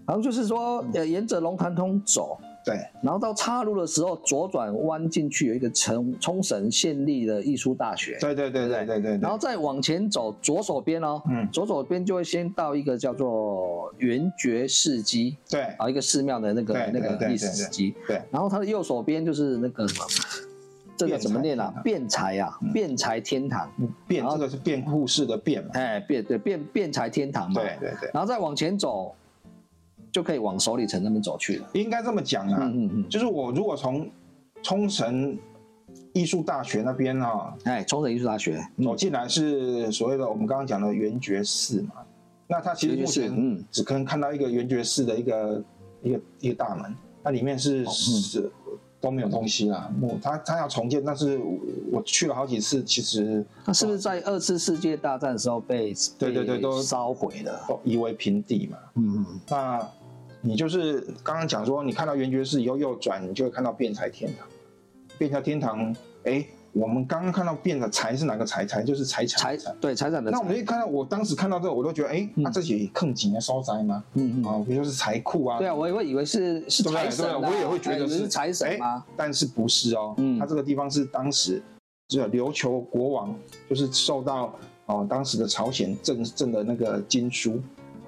然后就是说，呃，沿着龙潭通走，
对，
然后到岔路的时候左转弯进去有一个冲冲绳县立的艺术大学，
对对对对对对。
然后再往前走左手边哦，
嗯，
左手边就会先到一个叫做圆觉寺基
对
啊，一个寺庙的那个
对
那
对
个
对
历史
对
史迹，
对，
然后它的右手边就是那个什么，这个怎么念啊？辩才啊，
嗯
辩才天堂。
变
然后
这个是辩护士的辩嘛。
哎，辩对辩辩才天堂嘛，
对对对，
然后再往前走，就可以往首里城那边走去了。
应该这么讲啊。
嗯嗯嗯，
就是我如果从冲绳艺术大学那边啊
哎，冲绳艺术大学，
走进来，是所谓的我们刚刚讲的圆觉寺嘛。那它其实
圆
目
觉寺嗯
前只可能看到一个圆觉寺的一个一个一个大门，那里面是
哦嗯
是都没有东西啦。我它它要重建，但是我我去了好几次，其实
它是不是在二次世界大战的时候被
对对对
被
都
烧毁了？
都夷为平地嘛。
嗯嗯
那你就是刚刚讲说，你看到圆觉寺以后右转，你就会看到辩才天堂。辩才天堂，哎，我们刚刚看到辩的财是哪个财？财就是财产
财
的财。
对财产的财，
那我们一看到，我当时看到这个，我都觉得，哎，那、这些坑井的烧灾吗？
嗯嗯，
啊，比如说是财库啊，
对啊，我也会以为是是
对不对
财神啊
对不对我也会觉
哎以
得
为
是哎
是财神吗？
但是不是哦？
嗯
它这个地方是当时这琉球国王就是受到哦当时的朝鲜政政的那个禁书，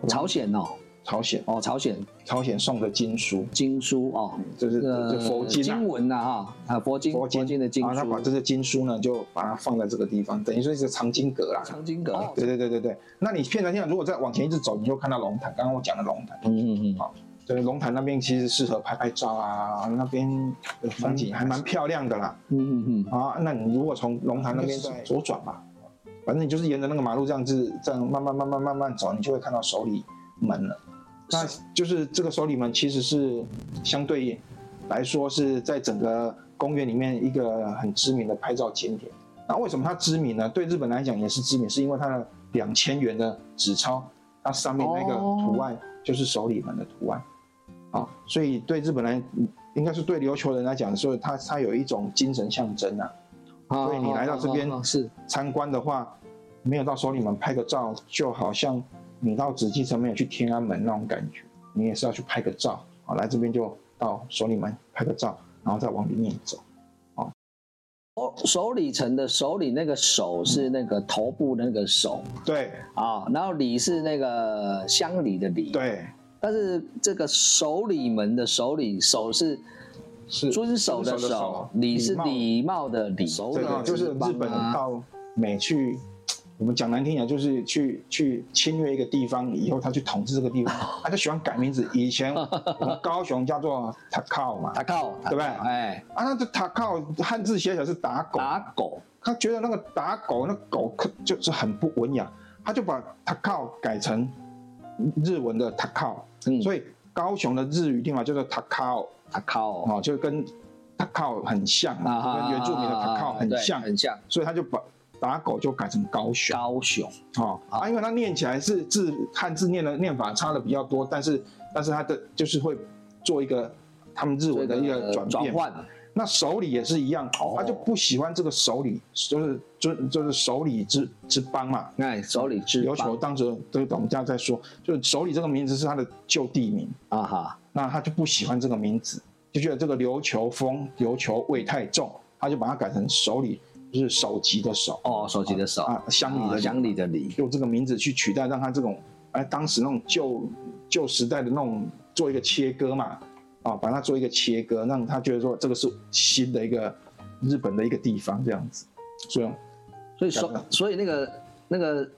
朝鲜哦，
朝鲜
哦，朝鲜
朝鲜送的经书，
经书哦，
就是
呃
就佛经啊
经文呐哈啊，佛经
佛经
经的经
然后他把
书，
这些经书呢，就把它放在这个地方，等于说是藏经阁啦。呃
藏经阁，
哦对对对对对，那你片山线如果再往前一直走，你就看到龙潭，刚刚我讲的龙潭。
嗯嗯嗯，
对，龙潭那边其实适合拍拍照啊，那边呃风景还蛮漂亮的啦。
嗯嗯嗯，
啊，那你如果从龙潭那边
应该是
左转吧，反正你就是沿着那个马路这样子，这样慢慢慢慢慢慢走，你就会看到首里门了。那就是这个首里门其实是相对来说是在整个公园里面一个很知名的拍照景点。那为什么它知名呢？对日本来讲也是知名，是因为它的两千元的纸钞，它上面那个图案就是首里门的图案。啊，所以对日本来，应该是对琉球人来讲，所以它它有一种精神象征啊。
好
所以你来到这边
好好好是
参观的话，没有到手里门拍个照，就好像你到紫禁城没有去天安门那种感觉，你也是要去拍个照啊。来这边就到手里门拍个照，然后再往里面走。
首首里城的首里那个首是那个头部那个首
对
啊，然后里是那个乡里的里，，
对，
但是这个首里门的首里首是
是
遵守的
遵守的
守
守，
礼是
礼貌
礼貌的礼，
这个就是日本
啊
到美去，我们讲难听点，就是去去侵略一个地方以后，他去统治这个地方，他就喜欢改名字。以前我们高雄叫做 Takao 嘛，
打靠，
对不对
哎，
啊，那这 Takao 汉字写起来是打狗，
打狗，
他觉得那个打狗那狗可就是很不文雅，他就把 Takao 改成日文的 Takao，、
嗯，
所以高雄的日语地方叫做 Takao
打靠，
哦，就跟 Takao 很像
啊
嘛，跟原住民的 Takao 很
对
像，
很像
所以他就把打狗就改成高雄
高雄，
哦啊，因为他念起来是字汉字念的念法差的比较多，但是但是他的就是会做一个他们日文的一个转
转
变。
换，
那首里也是一样，
哦
他就不喜欢这个首里，就是就就是首里之之邦嘛。
哎，首里之
琉球
邦
当时对董家在说，就是首里这个名字是他的旧地名，
啊哈，
那他就不喜欢这个名字，就觉得这个琉球风、琉球味太重，他就把它改成首里，就是首级的首，
哦，手机的手，
啊，乡里的
啊
里
乡里的里，
用这个名字去取代，让他这种哎当时那种旧旧时代的那种做一个切割嘛，啊，把它做一个切割，让他觉得说这个是新的一个日本的一个地方这样子，所以
所以手
讲得，
所以那个那个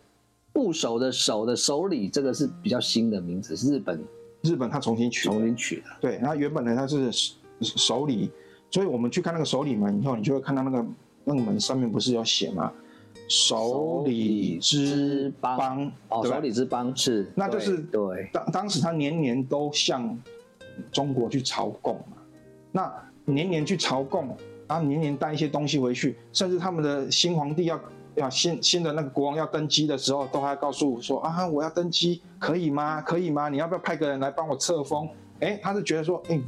部首的首的首里，这个是比较新的名字，是日本
日本他重新取的
重新取的，
对，然后原本呢它是手手里，所以我们去看那个手里门以后，你就会看到那个那个门上面不是有写吗？手里之邦，
哦，
对吧
首里之邦是，
那就是
对对，
当当时他年年都向中国去朝贡嘛，那年年去朝贡，然后年年带一些东西回去，甚至他们的新皇帝要要新新的那个国王要登基的时候，都还告诉说啊，我要登基，可以吗？可以吗？你要不要派个人来帮我册封？哎，他是觉得说，哎，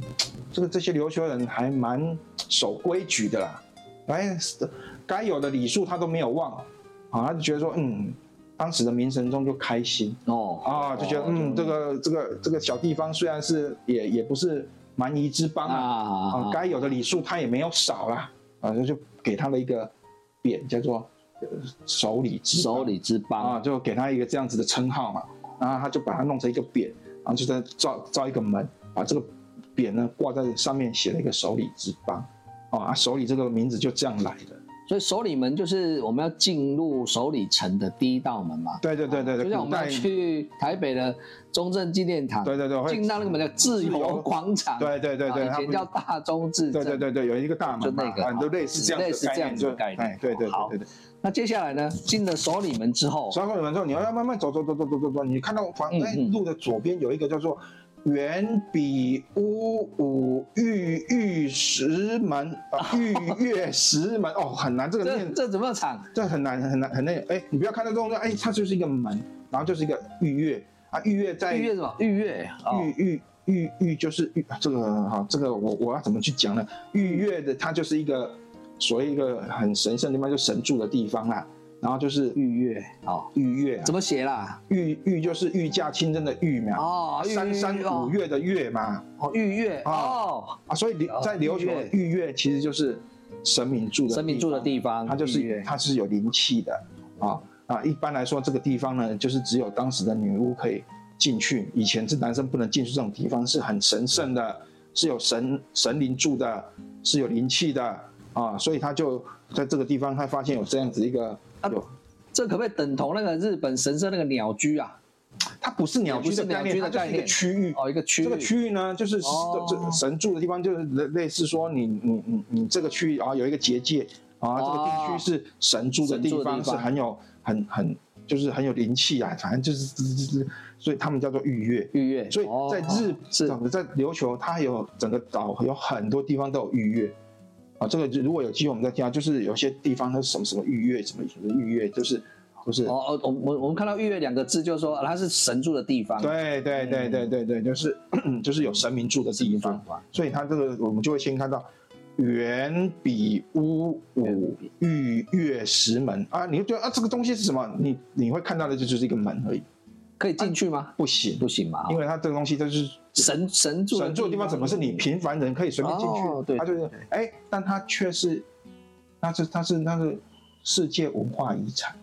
这个这些琉球人还蛮守规矩的啦，哎，该有的礼数他都没有忘，啊，他就觉得说，嗯，当时的民神宗就开心。
哦
啊，就觉得
哦
嗯，这个这个这个小地方虽然是也也不是蛮夷之邦啊，啊
啊，
该有的礼数他也没有少啦，啊，就就给他了一个匾，叫做呃首礼之邦
首里之邦
啊，就给他一个这样子的称号嘛，然后他就把它弄成一个匾，然后就在造造一个门，把这个匾呢挂在上面，写了一个首礼之邦，哦啊，首礼这个名字就这样来的，
所以首里门就是我们要进入首里城的第一道门嘛。
对对对对
哦就
对，
像我
古
们要
代
去台北的中正纪念堂，
对对对会
进到那个门叫自由广场，
对对对对，
啊
他
以前
们
叫大中至
对
正。
对对对，有一个大
就
门嘛，
那个
啊都类似这样
类似这样子的
就
概念
哎对对
好
对对对。
那接下来呢，进了首里门之后，
所以后门之后，你要慢慢走走走走走走走，你看到房
嗯
哎
嗯
路的左边有一个叫做圆比乌五玉玉石门啊， 玉月石门哦，很难这个
这
念，
这怎么唱？
这很难很难很难。哎，你不要看到这种，哎，它就是一个门，然后就是一个玉月啊，玉月在
玉月什么？玉月哦，
玉玉玉玉就是玉，这个哈，这个我我要怎么去讲呢？玉月的它就是一个所谓一个很神圣的地方，就神住的地方啦。然后就是玉
玉月哦，
玉月啊、
怎么写啦？
玉玉就是御驾亲征的玉嘛，
哦，玉
三啊山五月的月嘛
哦，玉月哦，
啊，所以
哦
琉在琉球
玉月
玉月其实就是神明住的
神明住的
方
地方，
它就
玉
是
月
它是有灵气的啊啊。一般来说，这个地方呢，就是只有当时的女巫可以进去。以前是男生不能进去这种地方，是很神圣的，是有神神灵住的，是有灵气的啊，所以他就在这个地方，他发现有这样子一个
啊
有。
这可不可以等同那个日本神社那个鸟居啊？
它不是鸟居的概念，
也不是鸟居的
它就
概
是一个
念
区域
哦，一个区域，
这个区域呢，就是
哦
这这神住的地方，就是类类似说你你你你这个区域啊有一个结界啊，这个地
哦
区是神住的地
神住的
方，
地
是
方
很有很很就是很有灵气啊，反正就是就是，所以他们叫做御月。
预约，
所以
哦
在日
是
整个在琉球，它有整个岛有很多地方都有御月啊。这个如果有机会我们再听啊，就是有些地方它是什么什么御月，什么什么御月，就是就是
哦哦，我我我们看到“预约”两个字，就是说啊它是神住的地方，嗯
对对对对对对，就是 就是有神明住的
神
地
明住的
方
地方，
所以它这个我们就会先看到远比屋五御月石门啊，你就觉得啊这个东西是什么？你你会看到的就就是一个门而已，
可以进去吗？
不行，
不行吧？
因
哦
为它这个东西就是
神神住
神住的地方，怎么是你平凡人可以随便进去？
哦对
它就是哎，但它却是，它是它是它是世界文化遗产。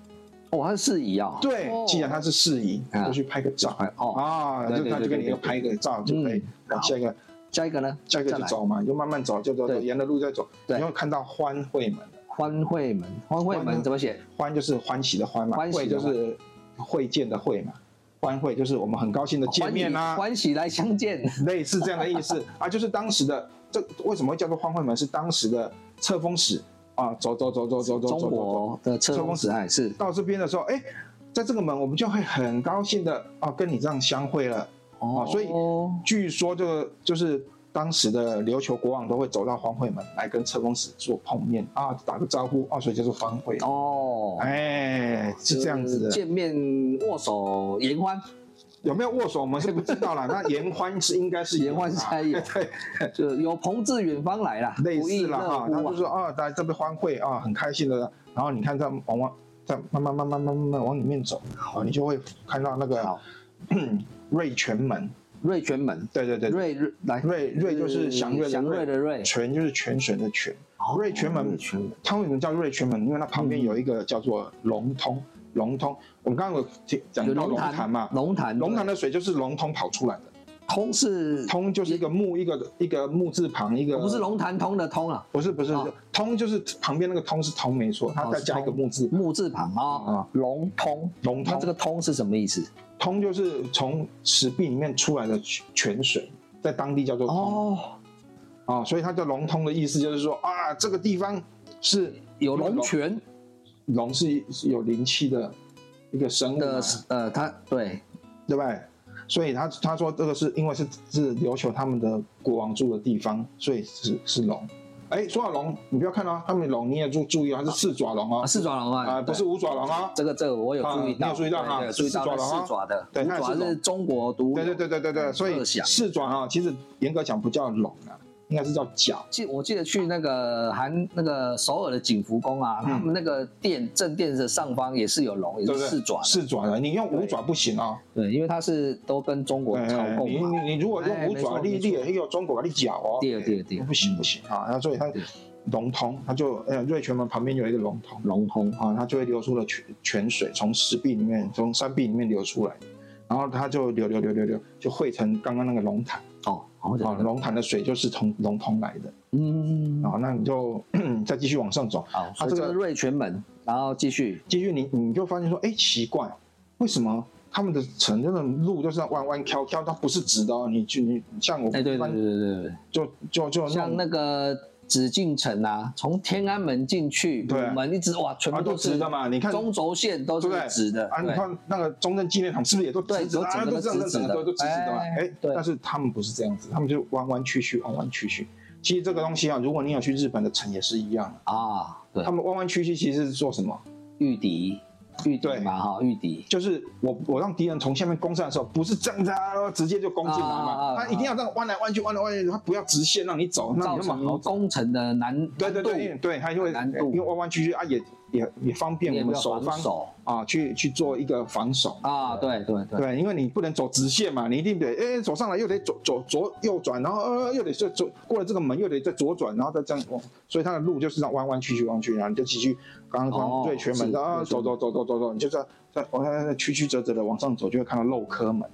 哦，它是四仪啊，
对
哦，
既然它是适宜，
啊
就去拍个照
拍哦
啊，
对
就
对
他就
对
给你
对
又
对
拍个照就可以
嗯。
往下一个，
下一个呢？
下一个
再
就
来
走嘛，你就慢慢走，就走走，
对
沿着路再走，
对
你会看到欢会门，
欢会门，欢会门怎么写？
欢就是欢喜的欢嘛，
欢喜
会
的
就
欢
是会见的会嘛，欢会就是我们很高兴的见面啊
欢
啦，
喜欢喜来相见，
类似这样的 意思啊，就是当时的这为什么会叫做欢会门？是当时的册封使啊，走走走走走走走
中
走走，
国的车公子爱是
哎到这边的时候，哎，在这个门我们就会很高兴的啊，跟你这样相会了。
哦
啊所以据说这个就是当时的琉球国王都会走到皇会门来跟车公使做碰面啊，打个招呼啊，所以叫做方会。
哦，
哎，是这样子
就是
的。
见面握手言欢，
有没有握手我们是不知道啦。那言欢是应该是
言欢
啊
才有
对，
就有朋自远方来啦，
类
不亦
似啦
乐
哈。
乎
他
啊
就说啊，来这边欢会啊，很开心的。然后你看在往往在慢慢慢慢慢慢慢往里面走，啊，你就会看到那个
好
瑞泉门。
瑞泉门，
对对对，对
瑞瑞来
瑞瑞就是祥瑞的
祥瑞
瑞
的瑞，
泉就是泉水的泉。
哦
瑞泉门
瑞泉门，嗯
它为什么叫瑞泉门？因为它旁边有一个叫做龙通，龙通。我们刚刚有提讲
有
到龙
潭
潭嘛，
龙潭
龙潭
的
的水就是龙通跑出来的，
通是
通就是一个木一个一个木字旁一个，
哦嗯不是龙潭通的通啊，
不是不是
哦
通就是旁边那个通是通没错，它
哦
再
是
加一个
通
木字，
木字旁啊
啊，
龙通，
龙
那
通
这个通是什么意思？
通就是从石壁里面出来的泉泉水，在当地叫做通
哦，
啊，所以它叫龙通的意思就是说啊，这个地方是
有龙泉
龙是是有灵气的一个生物嘛
的呃，它对
对不对？所以他他说这个是因为是是琉球他们的国王住的地方，所以是是龙。哎，说到龙，你不要看哦，他们龙你也注注意哦，它是四爪龙哦
啊，，四爪龙啊，
啊不是
对
五爪龙哦。
这个这个我有注意
啊你
到，
有注意到哈
对对
是
注意到
四爪龙啊
四爪的，嗯
对
五
那也是
爪是
龙
中国独有
对对对对对对，所以
特效
四爪啊，其实严格讲不叫龙啊，应该是叫角。
记我记得去那个韩那个首尔的景福宫啊，
嗯
他们那个殿正殿的上方也是有龙，也
对
是
不对？
四爪的，
四爪的，你用五爪不行啊！
对，因为它是都跟中国朝
哎你
贡
你
嘛，
你如果
哎
用五
没错
爪立
没错
立，也有中国立脚哦。
对对对
不行不行啊！那所以它
对
龙通，它就呃瑞泉门旁边有一个龙通，
龙通
啊，它就会流出了泉泉水，从石壁里面，从山壁里面流出来，然后它就流流流流流，就汇成刚刚那个龙潭
哦，好
啊，
的，
龙潭的水就是从龙通来的
嗯，
啊，那你就再继续往上走，
好，所以啊
这
这
个
个瑞泉门，然后继续
继续你你就发现说，哎，奇怪，为什么他们的城镇的路都是弯弯翘翘，它不是直的哦，你去你像我
哎，对
一
对
般
对对对
就就就
对，像那个紫禁城啊，从天安门进去，
对
我们一直哇，全
啊
部
都
都
直
是
的嘛，你看
中轴线都是
对不对
直的，
啊，你
对
看那个中正纪念堂是不是也都直直的？
对
啊，
都
都
整个
这样，
都直直
整
的
个都直直的嘛。
哎
哎
对，
但是他们不是这样子，他们就弯弯曲曲，弯弯曲曲。其实这个东西啊，如果你有去日本的城也是一样，
啊，对
他，们弯弯曲曲其实是做什么？
玉笛，玉笛
对
嘛哈，玉笛，
就是我我让敌人从下面攻上的时候，不是这样子啊，直接就攻进来
啊啊
嘛，
啊
他一定要这样弯来弯去，弯来弯去，他不要直线让你走，那
造
你那么
成
好走。
工程的难
对对
难度
对对，他就会
难度
因为弯弯曲曲啊，也也也方便我们守
防
方
守
啊，去去做一个防守。
啊，对对对，
对，因为你不能走直线嘛，你一定得哎走上来又得左左左右转，然后呃又得再左过了这个门又得再左转，然后再这样往，哦所以它的路就是这样弯弯曲曲弯曲，然后你就继续刚刚
哦
从对全门啊
是
然后
对
走走走走走走，你就在在往下曲曲折折的往上走，就会看到镂刻门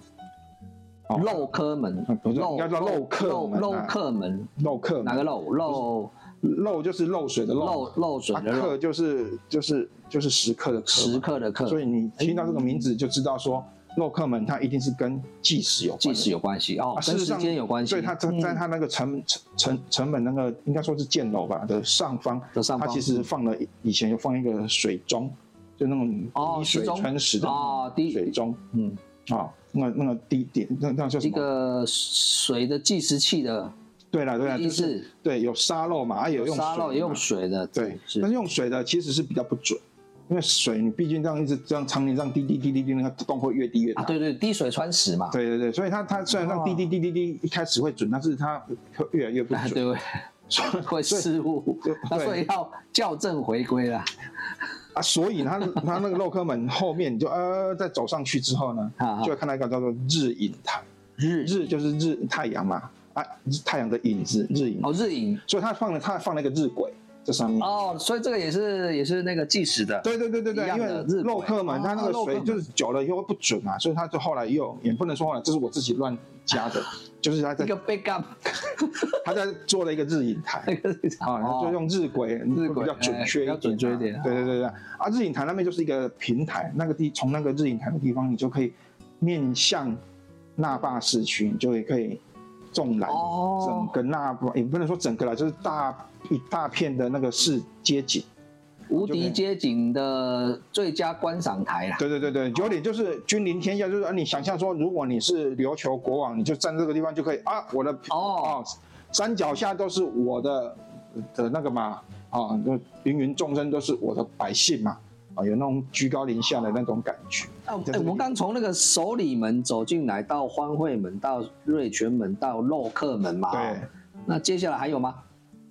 哦
漏科门
嗯，不是
漏
应该叫漏客门啊
漏漏客门，
漏客
哪
嘛，
个漏？漏
漏就是漏水的
漏
漏，
漏水
啊
的漏
客，就是就是就是食客的客嘛，
时刻的刻，
所以你听到这个名字就知道说
嗯
漏客门它一定是跟计时有关
计
的，
时有关系哦
啊，
跟
事实
时
上
间有关系。
所以它在
嗯
在它那个城城城城门那个应该说是箭楼吧的上方，
的上
它
方嗯
其实放了以前有放一个水钟，就那
哦
种滴水
时钟
穿石的
哦滴
水钟
嗯，
啊，那那个滴滴那那叫什
一
么？
个水的计时器的，
对了对了，
意
就
思
是对有沙漏嘛，啊有用
沙漏
水
也用
嘛
水的，
对，
是
但是用水的其实是比较不准，因为水你毕竟这样一直这样常年这样滴滴滴滴滴，那个洞会越滴越
啊，
大。
对对，滴水穿石嘛，
对对对，所以它它虽然让滴滴滴滴滴一开始会准，但是它会越来越不
啊
准。
对不
所以
对？ 会失误
对，
那所以要校正回归啦。
啊，所以它它那个镂刻门后面，你就呃再走上去之后呢
啊啊，
就会看到一个叫做日影台，
日
日就是日太阳嘛，啊太阳的影子日影，
哦日影
所以它放了它放了一个日晷在上面。
哦，所以这个也是也是那个计时的，
对对对对
一
对，
样
因为
的日晷
镂刻门它那
啊
个
镂刻
水
门
就是久了以后不准嘛，所以它就后来又也不能说后来，这是我自己乱加 的，就是它
一
在
个 backup，
它在做了一个日影台。
那个是
啊，
哦
就用日晷，
晷
会比较准确一点啊，
哎比较准确一点
对对对对，啊，日影台那边就是一个平台，那个地从那个日影台的地方，你就可以面向那霸市区，你就也可以纵览
哦
整个那霸，也不能说整个啦，就是大一大片的那个市街景。
无敌街景的最佳观赏台啦。
对对对对，有点就是君临天下，就是啊，你想象说，如果你是琉球国王，你就站这个地方就可以啊，我的
哦
哦，山脚下都是我的的那个嘛，啊，就芸芸众生都是我的百姓嘛，啊，有那种居高临下的那种感觉。
啊哎，
在这
我
里
们刚从那个首里门走进来，到欢会门，到瑞泉门，到洛克门嘛。
对
哦，那接下来还有吗？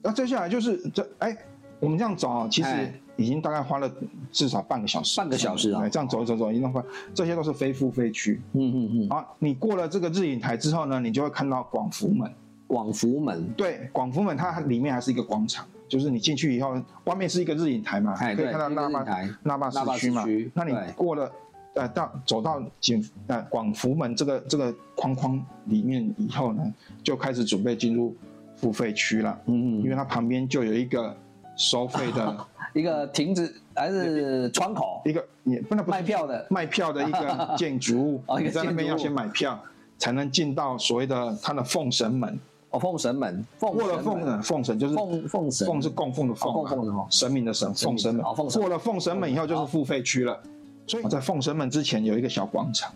那接下来就是这哎，我们这样走啊，其实
哎
已经大概花了至少半个小时，
半个小时啊
对这样走走走，一弄快，这些都是非富非区。
嗯嗯嗯，
啊，你过了这个日影台之后呢，你就会看到广福门。
广福门。
对，广福门它里面还是一个广场，就是你进去以后，外面是一个日影台嘛，
哎
可以
对
看到
一个日
那
影台
霸那霸
那霸
市区嘛
市区。
那你
对
过了呃到走到景呃广福门这个这个框框里面以后呢，就开始准备进入付费区了，
嗯
因
嗯，
为它旁边就有一个收费的
一个亭子还是窗口
一个，也不能不是
卖票的。
卖票的一个建筑物
哦，一个
你在那
建
边
筑
要
物
先买票。才能进到所谓的它的奉神门，
哦，奉神门，奉
过了
神
奉
门，
神，奉神就是
奉奉神，
奉是供奉的奉
哦
嘛，
供奉的奉
神明的神，
神明
奉神门。
哦奉神门
过了奉神门以后就是付费区了。所以在奉神门之前有一个小广场，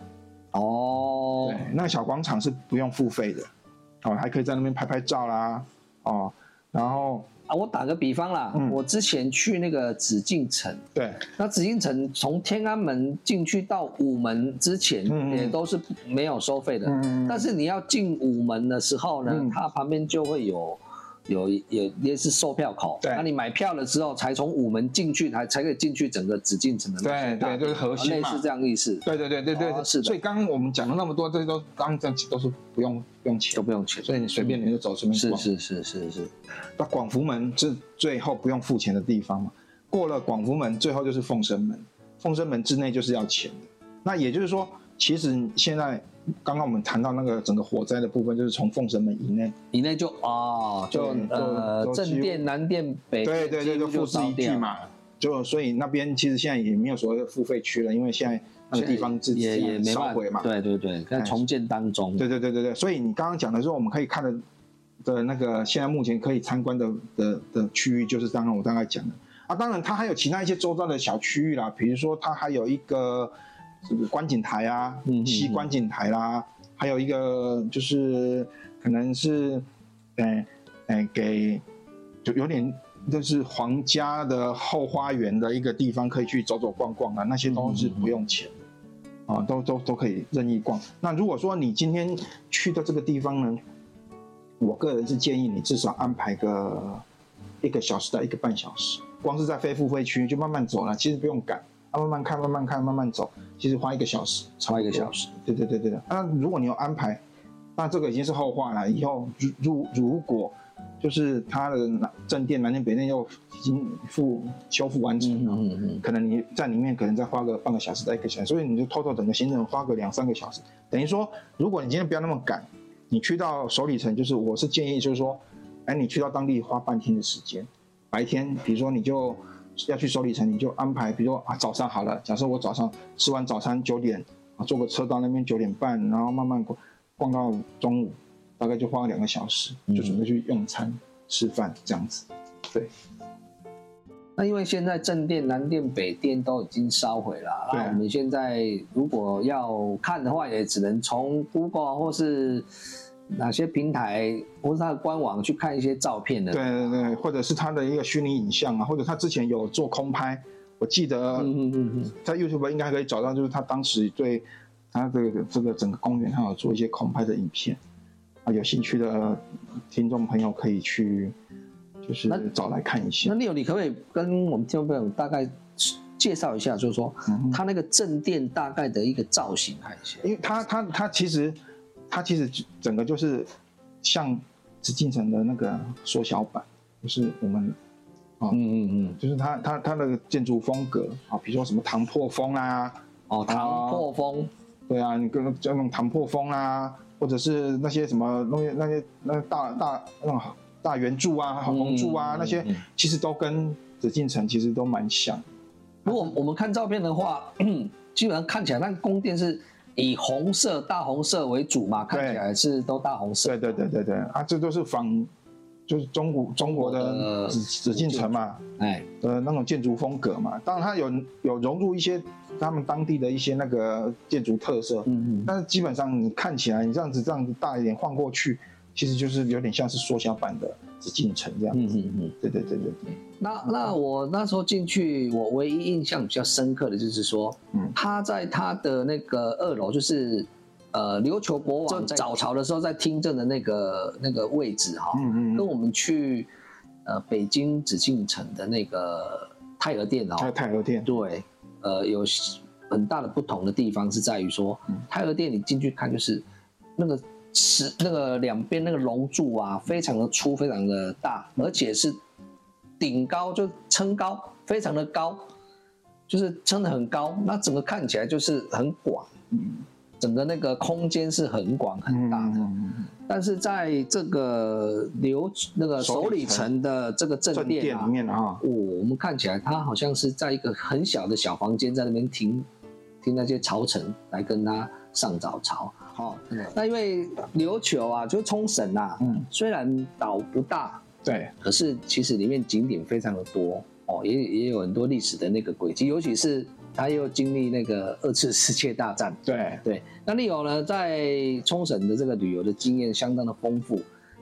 哦
对，那个小广场是不用付费的，哦，还可以在那边拍拍照啦，哦，然后
啊，我打个比方啦，
嗯
我之前去那个紫禁城，
对
那紫禁城从天安门进去到午门之前
嗯嗯
也都是没有收费的，
嗯
但是你要进午门的时候呢，
嗯
它旁边就会有。有有也是售票口，
对
那你买票了之后，才从午门进去，才才可以进去整个紫禁城的那
对
个大啊
对，就是核心
类
嘛
似，这样的意思，
对对对对对，
哦
对
是的
所以刚刚我们讲了那么多，这些都当这都是不用不用钱
都，不用钱。
所以你随便你就走随便
是
逛。
是是是是，
那广福门是最后不用付钱的地方嘛？过了广福门，最后就是奉神门。奉神门之内就是要钱的。那也就是说，其实现在刚刚我们谈到那个整个火灾的部分，就是从奉神门以内，
以内就哦，就
就
呃
就就
正殿、南殿、北
对对对，
几
就
乎
复
就
制
烧
一句
掉。
嘛。就所以那边其实现在也没有所谓的付费区了，因为现在那个地方自己
也也没
烧
办
毁
法，
嘛。
对对对，在
哎
重建当中，
对对对对对，所以你刚刚讲的时候，我们可以看的的那个现在目前可以参观的的的区域，就是刚刚我大概讲的啊。当然，它还有其他一些周遭的小区域啦，比如说它还有一个这个观景台啊
嗯嗯，
西观景台啦、还有一个就是可能是，呃、呃、给就有点。就是皇家的后花园的一个地方，可以去走走逛逛啊，那些都
嗯
是不用钱的啊，都都都可以任意逛。那如果说你今天去的这个地方呢，我个人是建议你至少安排个一个小时到一个半小时，光是在非付费区就慢慢走了，其实不用赶，啊、慢慢看，慢慢看，慢慢走，其实花一个小时，
花一个小时。
对对对对的。那如果你有安排，那这个已经是后话了。以后如如如果就是它的南正殿、南殿、北殿又已经复修复完成了，
嗯嗯嗯
可能你在里面可能再花个半个小时到一个小时，所以你就偷偷整个行程花个两三个小时。等于说，如果你今天不要那么赶，你去到首里城，就是我是建议就是说，哎，你去到当地花半天的时间，白天比如说你就要去首里城，你就安排，比如说啊早上好了，假设我早上吃完早餐九点啊，坐个车到那边九点半，然后慢慢逛逛到中午，大概就花两个小时，就准备去用餐、吃饭这样子。
那因为现在正殿、南殿、北殿都已经烧毁了，
对
那我们现在如果要看的话，也只能从 Google 啊或是哪些平台或是它的官网去看一些照片了。
对对对，或者是他的一个虚拟影像啊，或者他之前有做空拍，我记得
嗯，嗯嗯嗯
在 YouTube 应该可以找到，就是他当时对他这个这个整个公园，他有做一些空拍的影片啊，有兴趣的听众朋友可以去就是
那
找来看一
那
下。
六，你可不可以跟我们听众朋友大概介绍一下，就是说
嗯哼
它那个正殿大概的一个造型看一下？
因为他他他其实他其实整个就是像紫禁城的那个缩小版，就是我们
嗯嗯嗯，
就是它它它的建筑风格啊，比如说什么唐破风啊。
哦，唐破风，
对啊，你跟叫那种唐破风啊，或者是那些什么那些那些那大大那种大圆柱啊、红柱啊、
嗯
那些
嗯，
其实都跟紫禁城其实都蛮像。
如果我们看照片的话， 基本上看起来那个宫殿是以红色、大红色为主嘛，看起来是都大红色
对。对对对对啊，这都是仿，就是中国中国的
呃
紫紫禁城嘛
哎，
的那种建筑风格嘛。当然它有有融入一些他们当地的一些那个建筑特色，
嗯嗯，
但是基本上你看起来你这样子这样子大一点晃过去，其实就是有点像是缩小版的紫禁城这样。
嗯嗯嗯。
对对对对对。
那那我那时候进去，我唯一印象比较深刻的就是说，
嗯
他在他的那个二楼，就是呃琉球国王在早朝的时候在听政的那个那个位置哈、
嗯嗯
跟
嗯，
我们去呃北京紫禁城的那个太和殿哦，
还有太和殿，
对，呃，有很大的不同的地方是在于说
嗯，
太和殿你进去看就是那个石那个两边那个龙柱啊，非常的粗，非常的大，而且是顶高就撑高，非常的高，就是撑得很高，那整个看起来就是很广，
嗯
整个那个空间是很广很
嗯
大的。
嗯
但是在这个流那个
首
首
里
里
城
城的这个正
正
殿
殿
啊
里，面啊，
哦，我们看起来他好像是在一个很小的小房间，在那边听听那些朝臣来跟他上早朝。
好，
那因为琉球啊，就是冲绳啊，
嗯，
虽然岛不大，
对，
可是其实里面景点非常的多哦，也也有很多历史的那个轨迹，尤其是他又经历那个二次世界大战，
对，
对，那丽友呢，在冲绳的这个旅游的经验相当的丰富，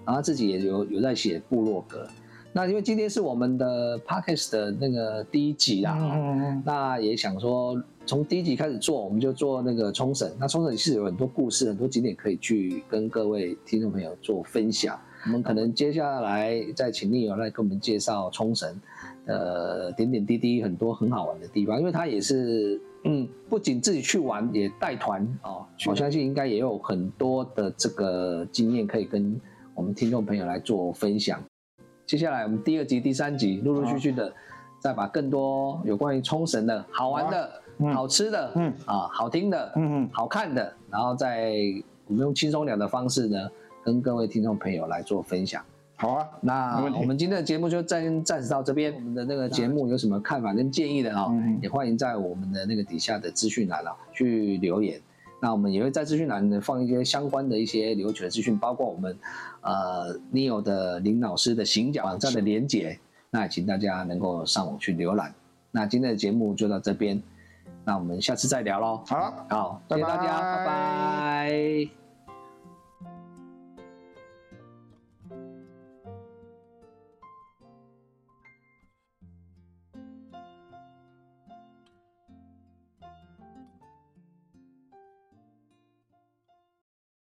然后他自己也有有在写部落格。那因为今天是我们的 podcast 的那个第一集啊，
嗯
那也想说从第一集开始做，我们就做那个冲绳。那冲绳是有很多故事、很多景点可以去跟各位听众朋友做分享。我们可
嗯
能接下来再请丽友来给我们介绍冲绳，呃，点点滴滴很多很好玩的地方，因为他也是，嗯，不仅自己去玩，也带团哦。我相信应该也有很多的这个经验可以跟我们听众朋友来做分享。接下来我们第二集、第三集陆陆续续的，再把更多有关于冲绳的好玩的、
好啊嗯
好吃的、
嗯
啊好听的、
嗯
好看的，然后再我们用轻松聊的方式呢，跟各位听众朋友来做分享。
好啊，
那
没问题
我们今天的节目就暂暂时到这边。我们的那个节目有什么看法跟建议的啊、
嗯
也欢迎在我们的那个底下的资讯栏啊去留言。那我们也会在资讯栏呢放一些相关的一些留取的资讯，包括我们呃 Neo 的林老师的行脚网啊站的连结，那也请大家能够上网去浏览。那今天的节目就到这边，那我们下次再聊喽。
好了。
好，谢谢大家，
拜拜
拜拜